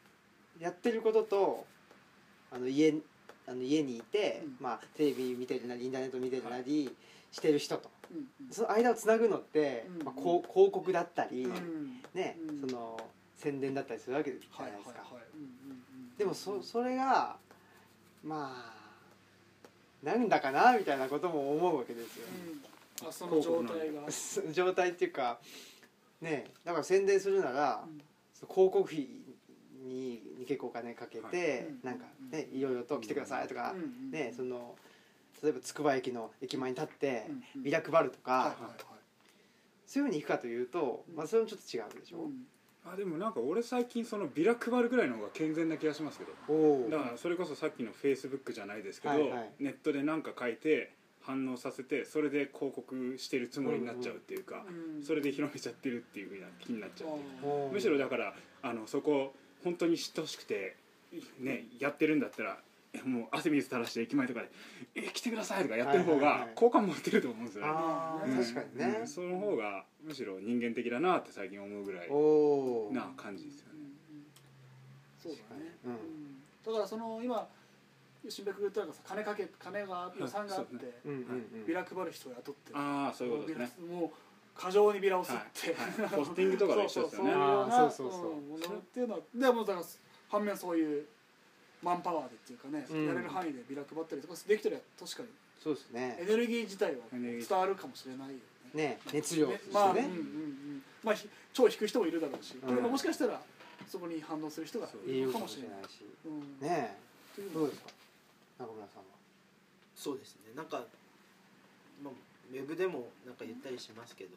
Speaker 1: やってることとあの家あの家にいて、
Speaker 2: うん
Speaker 1: まあ、テレビ見てるなりインターネット見てるなり、してる人と
Speaker 2: うんうん
Speaker 1: その間をつなぐのって、
Speaker 2: うん
Speaker 1: まあ、こう広告だったり、
Speaker 2: うん
Speaker 1: ね
Speaker 2: うん
Speaker 1: その宣伝だったりするわけじゃ
Speaker 2: は
Speaker 1: ないい
Speaker 2: はい
Speaker 1: ですか、
Speaker 2: はいうんうんうん
Speaker 1: でもそそれがまあなんだかなみたいなことも思うわけですよ、
Speaker 2: うんあその状態
Speaker 1: [LAUGHS]
Speaker 2: が
Speaker 1: 状態っていうかねだから宣伝するなら、
Speaker 2: うん
Speaker 1: その広告費にに結構お金かけて、
Speaker 2: うん
Speaker 1: なんかねいろいろと来てくださいとか、
Speaker 2: うん
Speaker 1: ねその例えばつくば駅の駅前に立って
Speaker 2: うんうん
Speaker 1: ビラ配るとか、
Speaker 2: はいはいはい
Speaker 1: そういうふうに行くかというと、まあ、それもちょっと違うでしょ、
Speaker 2: うん
Speaker 3: あでもなんか俺最近そのビラ配るぐらいの方が健全な気がしますけど
Speaker 1: おお
Speaker 3: だからそれこそさっきのフェイスブックじゃないですけど、
Speaker 1: はいはい
Speaker 3: ネットで何か書いて反応させてそれで広告してるつもりになっちゃうっていうか、
Speaker 2: うん
Speaker 3: それで広めちゃってるっていうふうな気になっちゃうっていう
Speaker 2: あー
Speaker 1: おー
Speaker 3: むしろだからあのそこ本当に知ってほしくてねやってるんだったらえもう汗水垂らして駅前とかで「え来てください」とかやってる方
Speaker 1: はいはいは
Speaker 3: が
Speaker 1: い
Speaker 3: 好感持ってると思うんですよね、
Speaker 1: ああ、
Speaker 2: ー
Speaker 3: うん
Speaker 1: 確かにね
Speaker 3: うん、その方がむしろ人間的だなって最近思うぐらい
Speaker 1: おお
Speaker 3: な感じですよね
Speaker 2: そうだね、
Speaker 1: うん
Speaker 2: だからその今新平君が言ったらさ金かけ金があって予算があって、
Speaker 3: そうね
Speaker 1: うんうんうん
Speaker 2: ビラ配る人を雇ってる
Speaker 3: ああそういうことですね
Speaker 2: もうビラもう過剰にビラを吸って、
Speaker 3: はいはいポスティングとかと一緒ですよね
Speaker 1: あーそ
Speaker 2: そうう
Speaker 1: そ
Speaker 2: そ
Speaker 1: そ
Speaker 2: うう
Speaker 1: う
Speaker 2: うんものっていうのはでもだから反面そういうマンパワーでっていうかね、
Speaker 1: うん
Speaker 2: やれる範囲でビラ配ったりとかできてりゃ確かに
Speaker 1: そうですね
Speaker 2: エネルギー自体は
Speaker 3: エネルギー
Speaker 2: 伝わるかもしれないよね
Speaker 1: ね熱量ですね、
Speaker 2: まあ、うんうんうん、まあひ超引く人もいるだろうし、
Speaker 1: うん
Speaker 2: もしかしたらそこに反応する人が
Speaker 3: そう
Speaker 2: い
Speaker 1: いる
Speaker 2: るか
Speaker 1: か
Speaker 2: も
Speaker 1: も
Speaker 2: し
Speaker 1: し
Speaker 2: れ
Speaker 1: れ
Speaker 2: な
Speaker 1: ないいし
Speaker 2: うん
Speaker 1: ね
Speaker 2: とい
Speaker 1: え
Speaker 2: うの
Speaker 1: ど
Speaker 2: は
Speaker 1: うですか中村さんは
Speaker 4: そうですねなんか、まあ、ウェブでもなんか言ったりしますけど、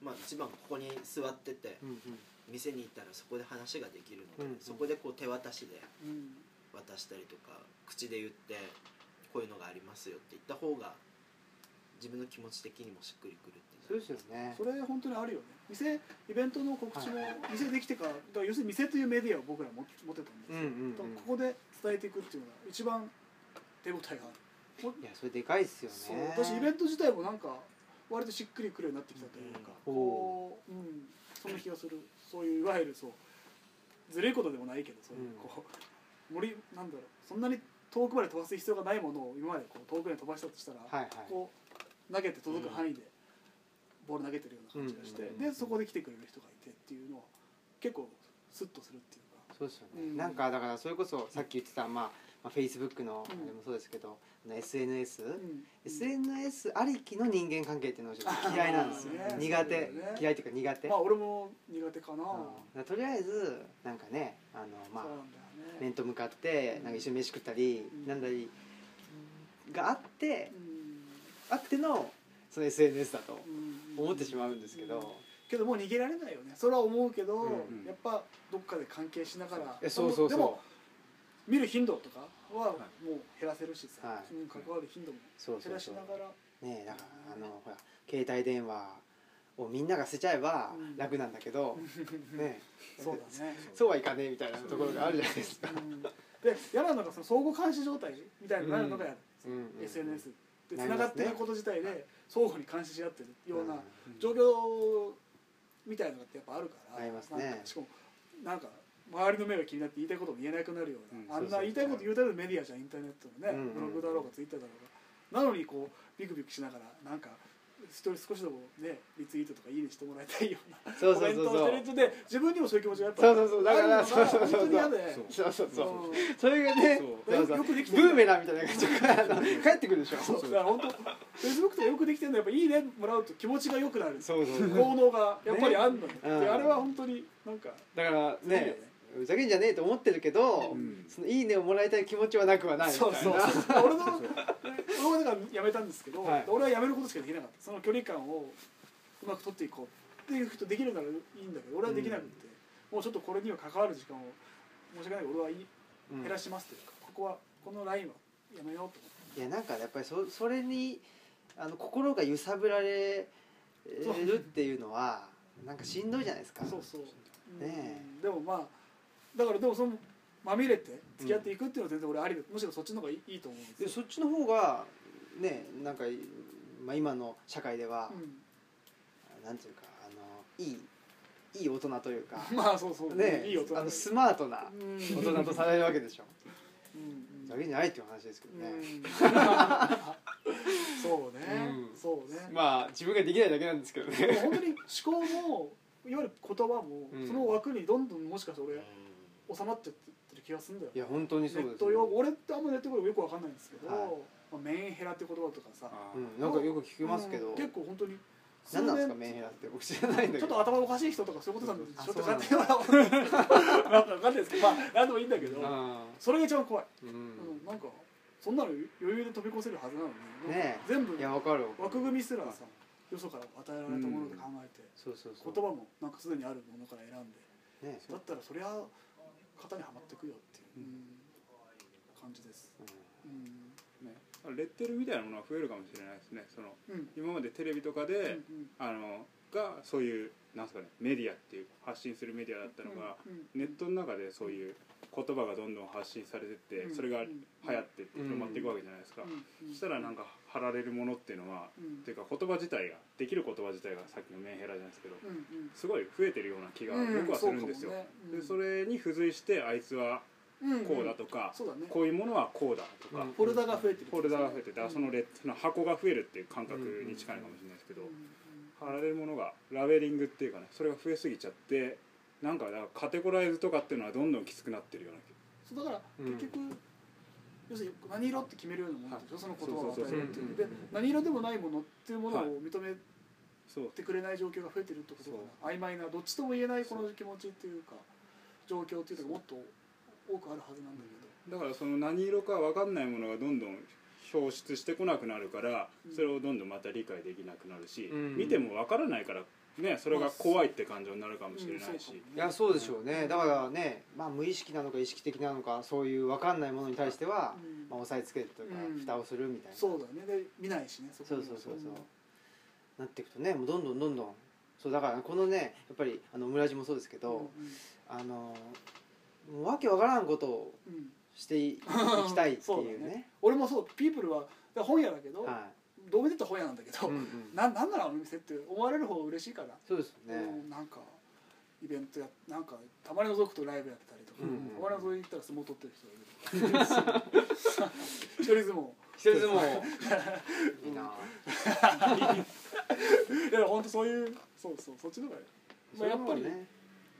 Speaker 4: まあ、一番ここに座ってて
Speaker 1: うんうん
Speaker 4: 店に行ったらそこで話ができるので、
Speaker 1: うん
Speaker 4: そこでこう手渡しで
Speaker 2: うん
Speaker 4: 渡したりとか口で言ってこういうのがありますよって言った方が自分の気持ち的にもしっくりくるって
Speaker 1: そう
Speaker 4: いう
Speaker 1: ですよね
Speaker 2: それ本当にあるよね店イベントの告知も
Speaker 1: はい
Speaker 2: 店できてからだから要するに店というメディアを僕ら持って持ってたん
Speaker 1: う
Speaker 2: で
Speaker 1: んうん
Speaker 2: すよ、だか
Speaker 1: うん
Speaker 2: らここで伝えていくっていうのが一番手応えがあるもう
Speaker 1: いやそれでかいっすよ
Speaker 2: そう
Speaker 1: ね
Speaker 2: 私イベント自体もなんか割としっくりくるようになってきたというか、
Speaker 1: うん
Speaker 2: こう、うん、そんな気がするそういういわゆるそうずるいことでもないけどそういうこう、森なんだろうそんなに遠くまで飛ばす必要がないものを今までこう遠くに飛ばしたとしたら、
Speaker 1: はいはい
Speaker 2: こう投げて届く範囲でボール投げてるような感じがして、
Speaker 1: うんうんうんうん
Speaker 2: でそこで来てくれる人がいてっていうのは結構スッとするっていうか
Speaker 1: そうですよね、
Speaker 2: うん
Speaker 1: なんかだからそれこそさっき言ってたまあまあ、Facebook のあ
Speaker 2: う
Speaker 1: れ
Speaker 2: ん
Speaker 1: もそうですけど、あの SNS、
Speaker 2: うん
Speaker 1: SNS ありきの人間関係っていうのはちょっと嫌いなんですよ、
Speaker 2: あーね
Speaker 1: 苦手、
Speaker 2: そうだよね
Speaker 1: 嫌いっていうか苦手、
Speaker 2: まあ俺も苦手
Speaker 1: う
Speaker 2: かな、
Speaker 1: んだからとりあえずなんかねあのまあ
Speaker 2: そうなんだよね
Speaker 1: 面と向かって
Speaker 2: うん
Speaker 1: なんか一緒に飯食ったり、
Speaker 2: うん
Speaker 1: なんだりがあって
Speaker 2: う、ん
Speaker 1: あってのその SNS だと
Speaker 2: うん
Speaker 1: 思ってしまうんですけど、
Speaker 2: うんけどもう逃げられないよねそれは思うけど、
Speaker 1: うん
Speaker 3: うん
Speaker 2: やっぱどっかで関係しながら
Speaker 1: えそうそう
Speaker 2: で
Speaker 1: そう
Speaker 2: も見る頻度とかはもう減らせるしさ、
Speaker 1: はい
Speaker 2: うん関わる頻度も
Speaker 1: そうそ
Speaker 2: 減
Speaker 1: う
Speaker 2: らし
Speaker 1: そう
Speaker 2: ながら
Speaker 1: ねえだからあのほら携帯電話をみんなが捨てちゃえば
Speaker 2: うん
Speaker 1: 楽なんだけど、ねえ
Speaker 2: そうだね、
Speaker 1: [LAUGHS] そうはいかねえみたいなところがあるじゃないですか、
Speaker 2: うん、で嫌なのがその相互監視状態みたいになるのが嫌だ、
Speaker 1: うんうんうん
Speaker 2: SNS で
Speaker 1: なり
Speaker 2: つ
Speaker 1: ますね
Speaker 2: ながってること自体で相互に監視し合ってるような状
Speaker 3: 況
Speaker 2: 況みたいなのがやっぱあるから
Speaker 1: ありますね
Speaker 2: なんかしかもなんか周りの目が気になって言いたいことも言えなくなるような、
Speaker 3: うん
Speaker 2: あんな言いたいこと言うたらメディアじゃんインターネットのね、
Speaker 1: うん
Speaker 2: ブログだろうがツイッターだろうがなのにこうビクビクしながらなんか一人少しでもねリツイートとかいいねしてもらいたいような
Speaker 1: そう
Speaker 2: コ
Speaker 1: そう
Speaker 2: メン
Speaker 1: そう
Speaker 2: ト
Speaker 1: そ
Speaker 2: をして
Speaker 1: う
Speaker 2: る人で自分にもそういう気持ちがやっぱ
Speaker 1: そうそうそうだから
Speaker 2: あるのが
Speaker 1: そうそうそうそう
Speaker 2: 本当に嫌で
Speaker 3: そう
Speaker 1: そうそうそう
Speaker 2: うん
Speaker 1: それがね
Speaker 2: そう
Speaker 1: そうそう
Speaker 2: よくできて
Speaker 1: ブ
Speaker 2: る
Speaker 1: ーメランみたいな感じであの帰ってくるでしょ
Speaker 2: そうだから本当フェイスブックとかよくできてるのやっぱいいねもらうと気持ちが良くなる
Speaker 1: そうそう
Speaker 2: 行動がやっぱりある
Speaker 1: う
Speaker 2: のよ、
Speaker 1: ん
Speaker 2: であれは本当になんか
Speaker 1: だから
Speaker 2: いいよ
Speaker 1: ねふざけんじゃねえと思ってるけど、
Speaker 3: うん
Speaker 1: そのいいねをもらいたい気持ちはなくはないみたい
Speaker 2: そう
Speaker 1: な
Speaker 2: そうそう俺の俺はだからやめたんですけど、
Speaker 1: はい
Speaker 2: 俺はやめることしかできなかったその距離感をうまく取っていこうっていう人できるならいいんだけど俺はできなくて、もうちょっとこれには関わる時間を申し訳ないけど俺はい
Speaker 1: うん
Speaker 2: 減らしますというか、ここはこのラインはやめようと思って
Speaker 1: いやなんかやっぱりそそれにあの心が揺さぶられるっていうのはなんかしんどいじゃないですか
Speaker 2: そうそう、うん
Speaker 1: ね
Speaker 2: でもまあだからでもそのまみれて付き合っていくっていうのは全然俺ありでむしろそっちの方がいいいいと思うんです
Speaker 1: で
Speaker 2: よ
Speaker 1: そっちの方がねなんかまあ、今の社会では
Speaker 2: う、ん
Speaker 1: なんていうかあのいいいい大人というか
Speaker 2: まあそうそう
Speaker 1: ね
Speaker 2: いい大人
Speaker 1: あのスマートな
Speaker 2: うん
Speaker 1: 大人とされるわけでしょ
Speaker 2: うん
Speaker 1: だけじゃないっていう話ですけど
Speaker 2: う
Speaker 1: ね、
Speaker 2: んそうね
Speaker 1: うん
Speaker 2: そうね
Speaker 1: まあ自分ができないだけなんですけど
Speaker 2: でも
Speaker 1: ね
Speaker 2: 本当に思考もいわゆる言葉も
Speaker 1: うん
Speaker 2: その枠にどんどんもしかして
Speaker 4: う
Speaker 2: 俺
Speaker 4: ん
Speaker 2: 収まっちゃってる気がするんだよ
Speaker 1: いや本当にそう
Speaker 2: ネ
Speaker 1: です、
Speaker 2: ット用語俺ってあんまネット用語よくわかんないんですけど、
Speaker 1: はい
Speaker 2: まあ、メンヘラって言葉とかさ
Speaker 3: あ
Speaker 1: うん、なんかよく聞きますけど、
Speaker 2: うん結構本当に
Speaker 1: 何なんですか
Speaker 2: 数
Speaker 1: メン
Speaker 2: 年
Speaker 1: ヘラって僕知らないんだけ
Speaker 2: ちょ
Speaker 1: ど
Speaker 2: っと頭おかしい人とかそういうことなんで
Speaker 1: あ
Speaker 2: ちょっと
Speaker 1: そうな
Speaker 2: 勝
Speaker 1: んだ
Speaker 2: 手
Speaker 1: [LAUGHS]
Speaker 2: ななんかわかんないですけどまあ何でもいいんだけど
Speaker 1: あ
Speaker 2: それが一番怖い、
Speaker 1: ーう
Speaker 2: うん
Speaker 1: ん
Speaker 2: なんかそんなの余裕で飛び越せるはずなのになん
Speaker 1: ね
Speaker 2: か全部
Speaker 1: いやわかるわ
Speaker 2: 枠組みすらさよそから与えられたもので考えて、
Speaker 1: そうそうそう
Speaker 2: 言葉もなんかすでにあるものから選んで
Speaker 1: ね
Speaker 2: だったらそりゃ型にはまってくよっていう、うん感じです、うん
Speaker 3: ねレッテルみたいなものは増えるかもしれないですねその
Speaker 2: うん
Speaker 3: 今までテレビとか
Speaker 2: う
Speaker 3: で、
Speaker 2: ん
Speaker 3: あのがそういうなんすかねメディアっていう発信するメディアだったのが、
Speaker 2: うん
Speaker 3: ネットの中でそういう言葉がどんどん発信されてって、それが流行ってって広まっていくわけじゃないですか、そしたらなん
Speaker 2: か、
Speaker 3: か貼られるものっていうのは
Speaker 2: うん
Speaker 3: っていうか言葉自体ができる言葉自体がさっきのメンヘラじゃないですけど
Speaker 2: うんうん
Speaker 3: すごい増えてるような気が
Speaker 2: うん
Speaker 3: 僕はするんですよ、でそれに付随してあいつはこうだとか、
Speaker 2: そうかもねうんうんそうだね
Speaker 3: こういうものはこうだとか、
Speaker 1: うん
Speaker 2: フォルダが増えてる
Speaker 3: フォルダが増えてて、あその
Speaker 2: レ
Speaker 3: レッその箱が増えるっていう感覚に近いのかもしれないですけど、
Speaker 2: うん
Speaker 3: 貼られるものがラベリングっていうかねそれが増えすぎちゃってなんかだからカテゴライズとかっていうのはどんどんきつくなってるような気
Speaker 2: そうだから
Speaker 1: うん
Speaker 2: 結局、要するに何色って決めるようなものでしょ、
Speaker 3: はい
Speaker 2: その言葉を与えるっていう
Speaker 1: そうそうそう
Speaker 2: で何色でもないものっていうものを
Speaker 3: はい
Speaker 2: 認め
Speaker 3: そう
Speaker 2: ってくれない状況が増えてるってことかな曖昧などっちとも言えないこの気持ちっていうか状況っていうのがもっと多くあるはずなんだけ
Speaker 3: だからその何色か分かんないものがどんどん表出してこなくなるから
Speaker 2: うん
Speaker 3: それをどんどんまた理解できなくなるし、
Speaker 1: うん
Speaker 3: 見ても分からないからねそれが怖いって感情になるかもしれ
Speaker 2: ど、
Speaker 3: ない
Speaker 2: うん
Speaker 3: し、
Speaker 2: そうかも
Speaker 1: いやそうでしょうねだからね、まあ、無意識なのか意識的なのかそういう分かんないものに対しては、
Speaker 2: うん
Speaker 1: まあ、押さえつけるというか、
Speaker 2: うん
Speaker 1: 蓋をするみたいな
Speaker 2: そうだねで見ないしねそ
Speaker 1: そ
Speaker 2: こ
Speaker 1: う
Speaker 2: に
Speaker 1: そうそうそうなっていくとねもうどんどんどんどんそうだからこのねやっぱりあのオムラジもそうですけど、あのもうわけわからんことを
Speaker 2: うんうん
Speaker 1: してい
Speaker 2: [LAUGHS]
Speaker 1: きたいって
Speaker 2: そう
Speaker 1: い
Speaker 2: だ
Speaker 1: うね
Speaker 2: ね俺もそうピープルはだから本屋だけど、
Speaker 1: は
Speaker 2: どう見てったら本屋なんだけ
Speaker 1: い、
Speaker 2: ど、
Speaker 1: うんうん
Speaker 2: ななんなのあの店って思われる方が嬉しいから、
Speaker 1: そうですよね、
Speaker 2: うんなんかイベントやなんかたまに覗くとライブやってたりとか、
Speaker 1: うん
Speaker 2: たまに覗いたら相撲取ってる人がいるとか一人相撲
Speaker 1: 一人相撲いいな
Speaker 2: でも本当そういうそうそうそっちの方がまあやっぱり
Speaker 1: それもね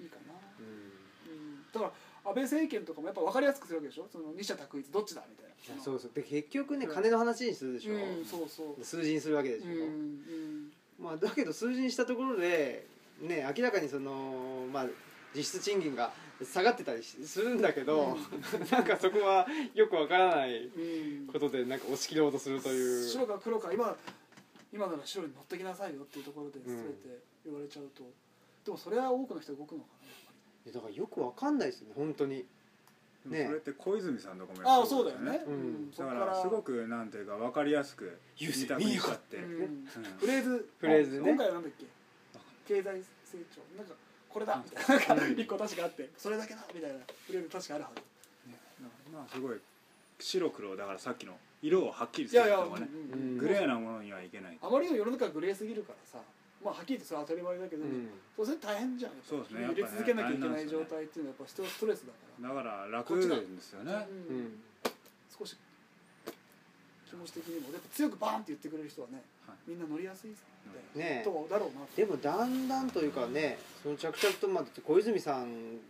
Speaker 2: いいかな、
Speaker 1: うん
Speaker 2: うん、だから安倍政権とかもやっぱ分かりやすくするわけでしょその二者択一どっちだみたい
Speaker 1: いや
Speaker 2: な
Speaker 1: そううそうで結局ね金の話にするでしょ、
Speaker 2: んそうそう
Speaker 1: 数字にするわけでしょ、
Speaker 2: うんうん
Speaker 1: まあ、だけど数字にしたところで、ね、明らかにその、まあ、実質賃金が下がってたりしするんだけど、 [LAUGHS] なんかそこはよくわからない
Speaker 2: うん
Speaker 1: ことでなんか押し切ろうとするという
Speaker 2: 白か黒か今今なら白に乗ってきなさいよっていうところで
Speaker 1: うん
Speaker 2: 全て言われちゃうと、でもそれは多くの人が動くのか
Speaker 1: だからよくわかんないですよね本当に
Speaker 3: でもそれって小泉さんとかも
Speaker 2: なあ
Speaker 3: や
Speaker 2: あ
Speaker 3: って
Speaker 2: そう
Speaker 3: る
Speaker 2: だよね、
Speaker 1: うん
Speaker 2: そ
Speaker 3: だ
Speaker 2: こ
Speaker 3: か
Speaker 2: からら
Speaker 3: すごくなんていうか分かりやすく
Speaker 1: 優勢
Speaker 3: 見た目にしちゃって、
Speaker 2: う
Speaker 3: うん
Speaker 2: んフレーズ
Speaker 1: フレーズね
Speaker 2: 今回はなんだっけ経済成長なんかこれだみたいななんか一個確かあってそれだけだみたいなフレーズ確かあるはず
Speaker 3: まあすごい白黒だからさっきの色をはっきり
Speaker 2: い
Speaker 3: つけ
Speaker 2: やい
Speaker 3: る
Speaker 2: や、
Speaker 3: とかね
Speaker 2: うんうん
Speaker 1: うん
Speaker 3: グレーなものにはいけない
Speaker 2: あまりにも世の中グレーすぎるからさまあはっきり言ってそれは当たり前だけ
Speaker 1: う
Speaker 2: ど、
Speaker 1: ん
Speaker 2: 当然大変じゃんやっぱ
Speaker 3: そうですね
Speaker 2: 入れ続けなきゃい
Speaker 3: や
Speaker 2: け
Speaker 3: っぱ
Speaker 2: な
Speaker 3: ね
Speaker 2: い状態っていうのはやっぱ人はストレスだか
Speaker 3: だ
Speaker 2: ら
Speaker 3: から楽なんですよね
Speaker 1: う
Speaker 2: うん
Speaker 1: ん
Speaker 2: 少し気持ち的にもやっぱ強くバーンって言ってくれる人はね、
Speaker 3: はい
Speaker 2: みんな乗りやすいですね
Speaker 1: ね
Speaker 2: とだろうなって
Speaker 1: でもだんだんというかねその着々とまあ小泉さん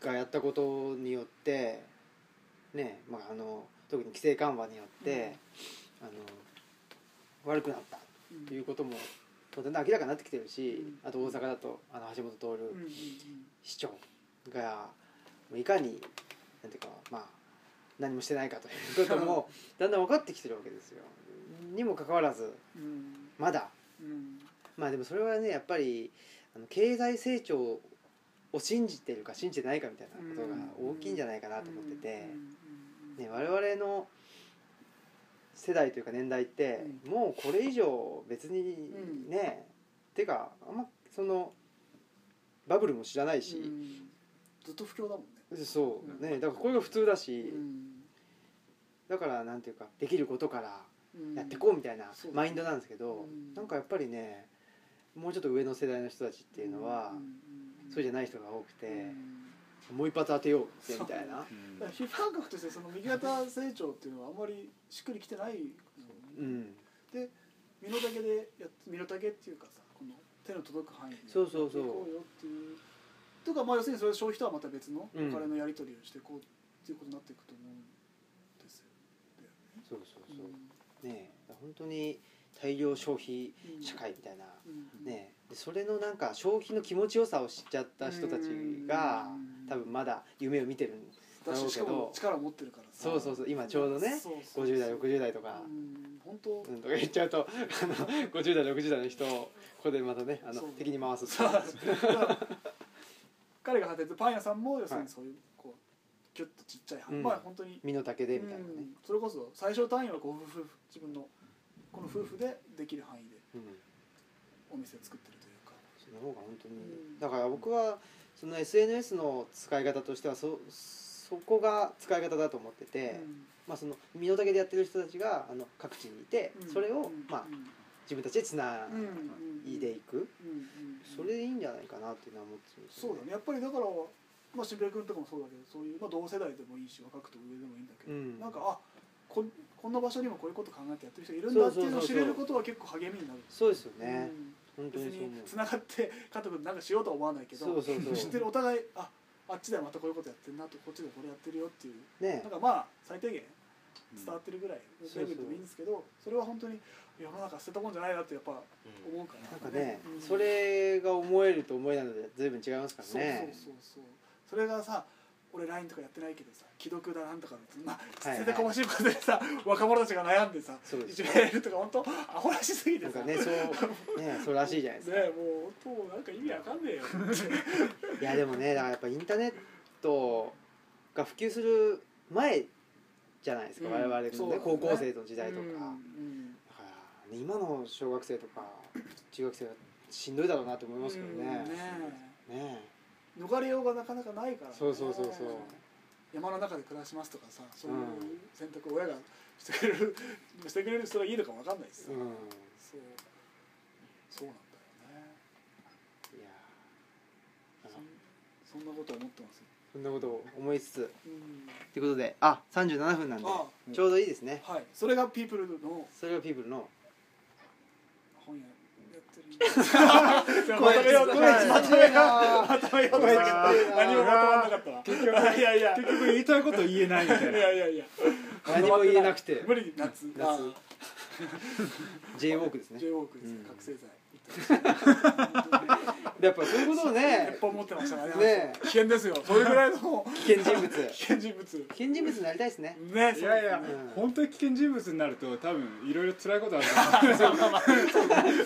Speaker 1: がやったことによってねまああの特に規制緩和によって、あの悪くなった
Speaker 2: うん
Speaker 1: ということもだんだん明らかになってきてるし、
Speaker 2: うん
Speaker 1: あと大阪だとあの橋本
Speaker 2: うんうん
Speaker 1: 徹
Speaker 2: うん
Speaker 1: 市長がいかになんていうかまあ何もしてないかということ
Speaker 2: [LAUGHS]
Speaker 1: もだんだん分かってきてるわけですよ。にもかかわらず
Speaker 2: うん
Speaker 1: まだ
Speaker 2: うん
Speaker 1: まあでもそれはねやっぱりあの経済成長を信じてるか信じてないかみたいなことが大きいんじゃないかなと思ってて、ね、我々の世代というか年代って、もうこれ以上別にね、てかあんまそのバブルも知らない
Speaker 2: うんう
Speaker 1: し、
Speaker 2: んずっと不況だもんね、
Speaker 1: そうねだからこれが普通だし、
Speaker 2: うん
Speaker 1: だからなんていうかできることから
Speaker 2: うん
Speaker 1: やってこうみたいな
Speaker 2: そう
Speaker 1: マインドなんですけど、
Speaker 2: うん
Speaker 1: なんかやっぱりねもうちょっと上の世代の人たちっていうのは、そうじゃ
Speaker 2: な
Speaker 1: ない人が多くて、
Speaker 2: うん
Speaker 1: もう一発当てようってみたいな
Speaker 3: うん
Speaker 2: だから批判学としてその右肩成長っていうのはあんまりしっくりきてないですよね
Speaker 1: うん
Speaker 2: 身の丈でやっ身の丈っていうかさこの手の届く範囲で
Speaker 1: そうそうそう
Speaker 2: やっていこうよっていうとかまあ要するにそれは消費とはまた別のお
Speaker 1: うん
Speaker 2: 金のやり取りをしていこうっていうことになっていくと思うんですよ、
Speaker 1: そうそう
Speaker 2: うん
Speaker 1: そう、ねえ本当に大量消費社、会みたいな、
Speaker 2: うん、
Speaker 1: ねえでそれのなんか消費の気持ちよさを知っちゃった人たちが
Speaker 2: うん
Speaker 1: 多分まだ夢を見てる
Speaker 2: だししかも力を持ってるからさ
Speaker 1: そうそうそう今ちょうどね
Speaker 2: そうそうそう
Speaker 1: 50代60代とか。
Speaker 2: うん本当、
Speaker 1: うんとか言っちゃうとあの50代60代の人をここでまたねあの
Speaker 2: そう
Speaker 1: 敵に回す
Speaker 2: そう [LAUGHS] 彼が働いてるパン屋さんも要する
Speaker 1: はい
Speaker 2: にそういうこうキュッとちっちゃい、
Speaker 1: うん
Speaker 2: まあ本当に
Speaker 1: 身の丈でみたいなね、
Speaker 2: うんそれこそ最小単位はこう夫婦自分のこの夫婦でできる範囲で
Speaker 1: うん
Speaker 2: お店を作ってるというか
Speaker 1: その方が本当に、
Speaker 2: うん
Speaker 1: だから僕はその SNS の使い方としてはそそこが使い方だと思ってて、
Speaker 2: うん
Speaker 1: まあ、その身の丈でやってる人たちがあの各地にいて、
Speaker 2: うん
Speaker 1: それを、
Speaker 2: うん
Speaker 1: まあ
Speaker 2: う、ん
Speaker 1: 自分たちでつな
Speaker 2: うん
Speaker 1: いでいく、
Speaker 2: うんうん
Speaker 1: それでいいんじゃないかなっていうのは思ってるんです
Speaker 2: そうだねやっぱりだからまあ渋谷君とかもそうだけどそういう、まあ、同世代でもいいし若くても上でもいいんだけど、
Speaker 1: うん
Speaker 2: なんかあここんな場所にもこういうこと考えてやってる人いるんだっていうのを
Speaker 1: そうそうそうそう
Speaker 2: 知れることは結構励みになる
Speaker 1: そうですよね、
Speaker 2: うん
Speaker 1: 本当
Speaker 2: 別
Speaker 1: にそう思
Speaker 2: に
Speaker 1: う
Speaker 2: つながって加藤君なんかしようとは思わないけど
Speaker 1: そうそうそう
Speaker 2: 知ってるお互いああっちではまたこういうことやってるなとこっちではこれやってるよっていう
Speaker 1: ね
Speaker 2: なんかまあ最低限伝わってるぐらいのレベルでもいいんですけどそれは本当に世の中捨てたもんじゃないなってやっぱ思うから
Speaker 1: なんかね、
Speaker 2: うん
Speaker 1: それが思えると思えないので随分違いますから
Speaker 2: そう
Speaker 1: ね
Speaker 2: そうそうそうそれがさ俺 LINE とかやってないけどさ既読だなんとかの、まあ、
Speaker 1: はいはい
Speaker 2: 捨てたかましいことでさ [LAUGHS] 若者たちが悩んでさ
Speaker 1: そうで
Speaker 2: い
Speaker 1: す
Speaker 2: じめられるとか本当アホらしすぎて
Speaker 1: なん
Speaker 2: さ
Speaker 1: かねそうねそうらしいじゃないです
Speaker 2: ね
Speaker 1: か、
Speaker 2: もう本当なんか意味わかんねえよ
Speaker 1: いやでもねだからやっぱインターネットが普及する前じゃないですか、
Speaker 2: うん
Speaker 1: 我々の、ね
Speaker 2: そうだね
Speaker 1: 高校生の時代とか、
Speaker 2: うん
Speaker 1: だから、ね、今の小学生とか中学生はしんどいだろうなと思い
Speaker 2: うん
Speaker 1: ますけどね、
Speaker 2: うん
Speaker 1: ね
Speaker 2: え逃れようがなかなかないからね
Speaker 1: そうそうそうそう
Speaker 2: 山の中で暮らしますとかさそういう
Speaker 1: うん
Speaker 2: 選択を親がしてくれるしてくれるそれはいいのかわかんないしさ、
Speaker 1: うん
Speaker 2: そうそうなんだよね
Speaker 1: いやあ
Speaker 2: そんそんなこと思ってますよ
Speaker 1: そんなことを思いつつ
Speaker 2: うん
Speaker 1: ということであ37分なんで
Speaker 2: あ
Speaker 1: ちょうどいいですね
Speaker 2: はいそれがピープルの
Speaker 1: それはピープルの
Speaker 2: 本屋やって [LAUGHS] るまとめようとまとめようまとめようとしたけど [LAUGHS] 何もまとまんなかったわ
Speaker 3: 結局
Speaker 2: いやいや
Speaker 3: 結局言いたいこと言えないみたい
Speaker 2: [LAUGHS] い
Speaker 3: な
Speaker 2: やいやいや
Speaker 1: 何も言えなくて
Speaker 2: 無理に夏
Speaker 1: 夏
Speaker 2: あー
Speaker 1: J ウォークですね
Speaker 2: J ウォークですね、
Speaker 1: うん
Speaker 2: 覚醒剤
Speaker 1: やっぱそういうことをね
Speaker 2: 鉄砲持ってましたからね
Speaker 1: ね
Speaker 2: 危険ですよそれぐらいの
Speaker 1: 危険人物危
Speaker 2: 危険人物
Speaker 1: 険人物になりたいですね
Speaker 2: ね
Speaker 3: いやいや、
Speaker 1: うん
Speaker 3: 本当に危険人物になると多分いろいろ辛いことあるから [LAUGHS]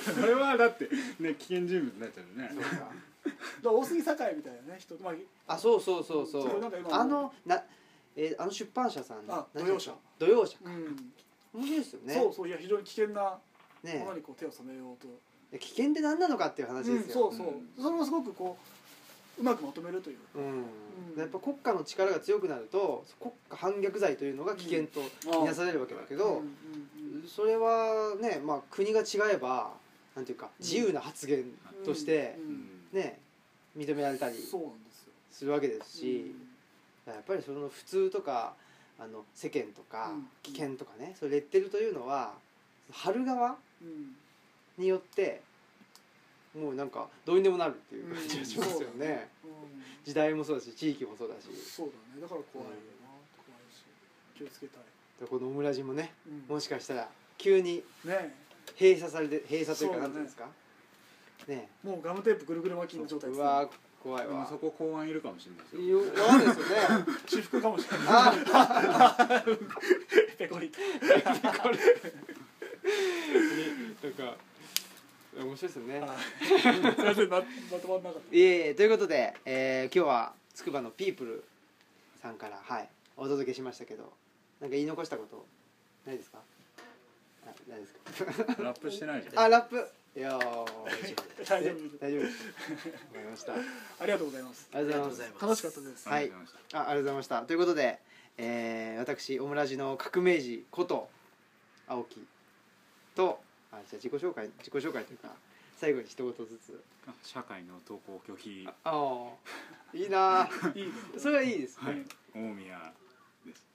Speaker 3: それはだってね危険人物になっちゃうね
Speaker 2: そう大杉栄みたいなね人まあ
Speaker 1: あそうそうそうそう
Speaker 2: それなんか今
Speaker 1: あのな、えーあの出版社さん
Speaker 2: あ
Speaker 1: 何
Speaker 2: 土曜社
Speaker 1: 土曜社
Speaker 2: うん
Speaker 1: 面白いですよね
Speaker 2: そうそういや非常に危険な
Speaker 1: ね
Speaker 2: ものにこう手を染めようと
Speaker 1: で危険って何なのかっていう話
Speaker 2: う
Speaker 1: で
Speaker 2: ん
Speaker 1: す
Speaker 2: そ
Speaker 1: よ
Speaker 2: うそうそれもすごくこううまくまとめるという
Speaker 1: うん
Speaker 2: うん
Speaker 1: やっぱ国家の力が強くなると国家反逆罪というのが危険と見なされるわけだけど、
Speaker 2: うんうん
Speaker 1: それはね、まあ、国が違えばなんていうか自由な発言
Speaker 2: うん
Speaker 1: として
Speaker 2: う、ん
Speaker 1: ね認められたり
Speaker 2: そうなんですよ
Speaker 1: するわけですし、
Speaker 2: うん
Speaker 1: やっぱりその普通とかあの世間とか
Speaker 2: うん
Speaker 1: 危険とかね、それレッテルというのは貼る側
Speaker 2: うん
Speaker 1: によってもうなんかどうにでもなるっていう感じがしますよね、
Speaker 2: うん
Speaker 1: 時代もそうだし地域もそうだし
Speaker 2: そうだねだから怖いよな怖いし気をつけたい
Speaker 1: でこのオムラジもね
Speaker 2: うん
Speaker 1: もしかしたら急に
Speaker 2: ね
Speaker 1: 閉鎖されて閉鎖というか
Speaker 2: そうだね
Speaker 1: なんていうんですかね
Speaker 2: もうガムテープぐるぐる巻きの状態
Speaker 1: う
Speaker 2: です
Speaker 1: わ怖い
Speaker 3: でも
Speaker 1: わ
Speaker 3: そこ公安いるかもしれないですよ
Speaker 1: いやわかんないですよね
Speaker 2: 私服かもしれない
Speaker 1: あ
Speaker 2: ペコ
Speaker 1: [LAUGHS]
Speaker 2: リ
Speaker 1: なんか面白いですよね
Speaker 2: あすいませんままとまんなかっ
Speaker 1: いえいえということで、えー今日はつくばのピープルさんから、はい、お届けしましたけどなんか言い残したことないですかあないですか
Speaker 3: ラップしてないじゃん
Speaker 1: あラップいやー
Speaker 4: 大丈夫です
Speaker 2: た大
Speaker 1: え
Speaker 2: 丈夫
Speaker 1: [LAUGHS] 大丈夫ですわかりましたあ
Speaker 2: ありがとうございます
Speaker 1: り
Speaker 4: あり
Speaker 1: が
Speaker 4: が
Speaker 1: とうご
Speaker 4: とうご
Speaker 1: ざい
Speaker 4: ざい
Speaker 1: ま
Speaker 4: ます
Speaker 2: 楽しかったです
Speaker 1: はいすあありがとうございましたということで、えー私オムラジの革命児こと青木とあじゃあ自己紹介自己紹介というか最後に一言ずつ
Speaker 3: あ社会の投稿拒否
Speaker 1: ああい [LAUGHS] いなあ
Speaker 2: いいね
Speaker 1: それはいいですね、
Speaker 3: はい大宮です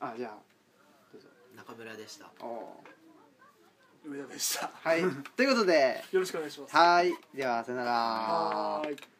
Speaker 1: あじゃあどうぞ
Speaker 4: 中村でした
Speaker 1: お
Speaker 2: 上田でした
Speaker 1: はいということで
Speaker 2: よろしくお願いします
Speaker 1: はいではさよなら
Speaker 2: はーい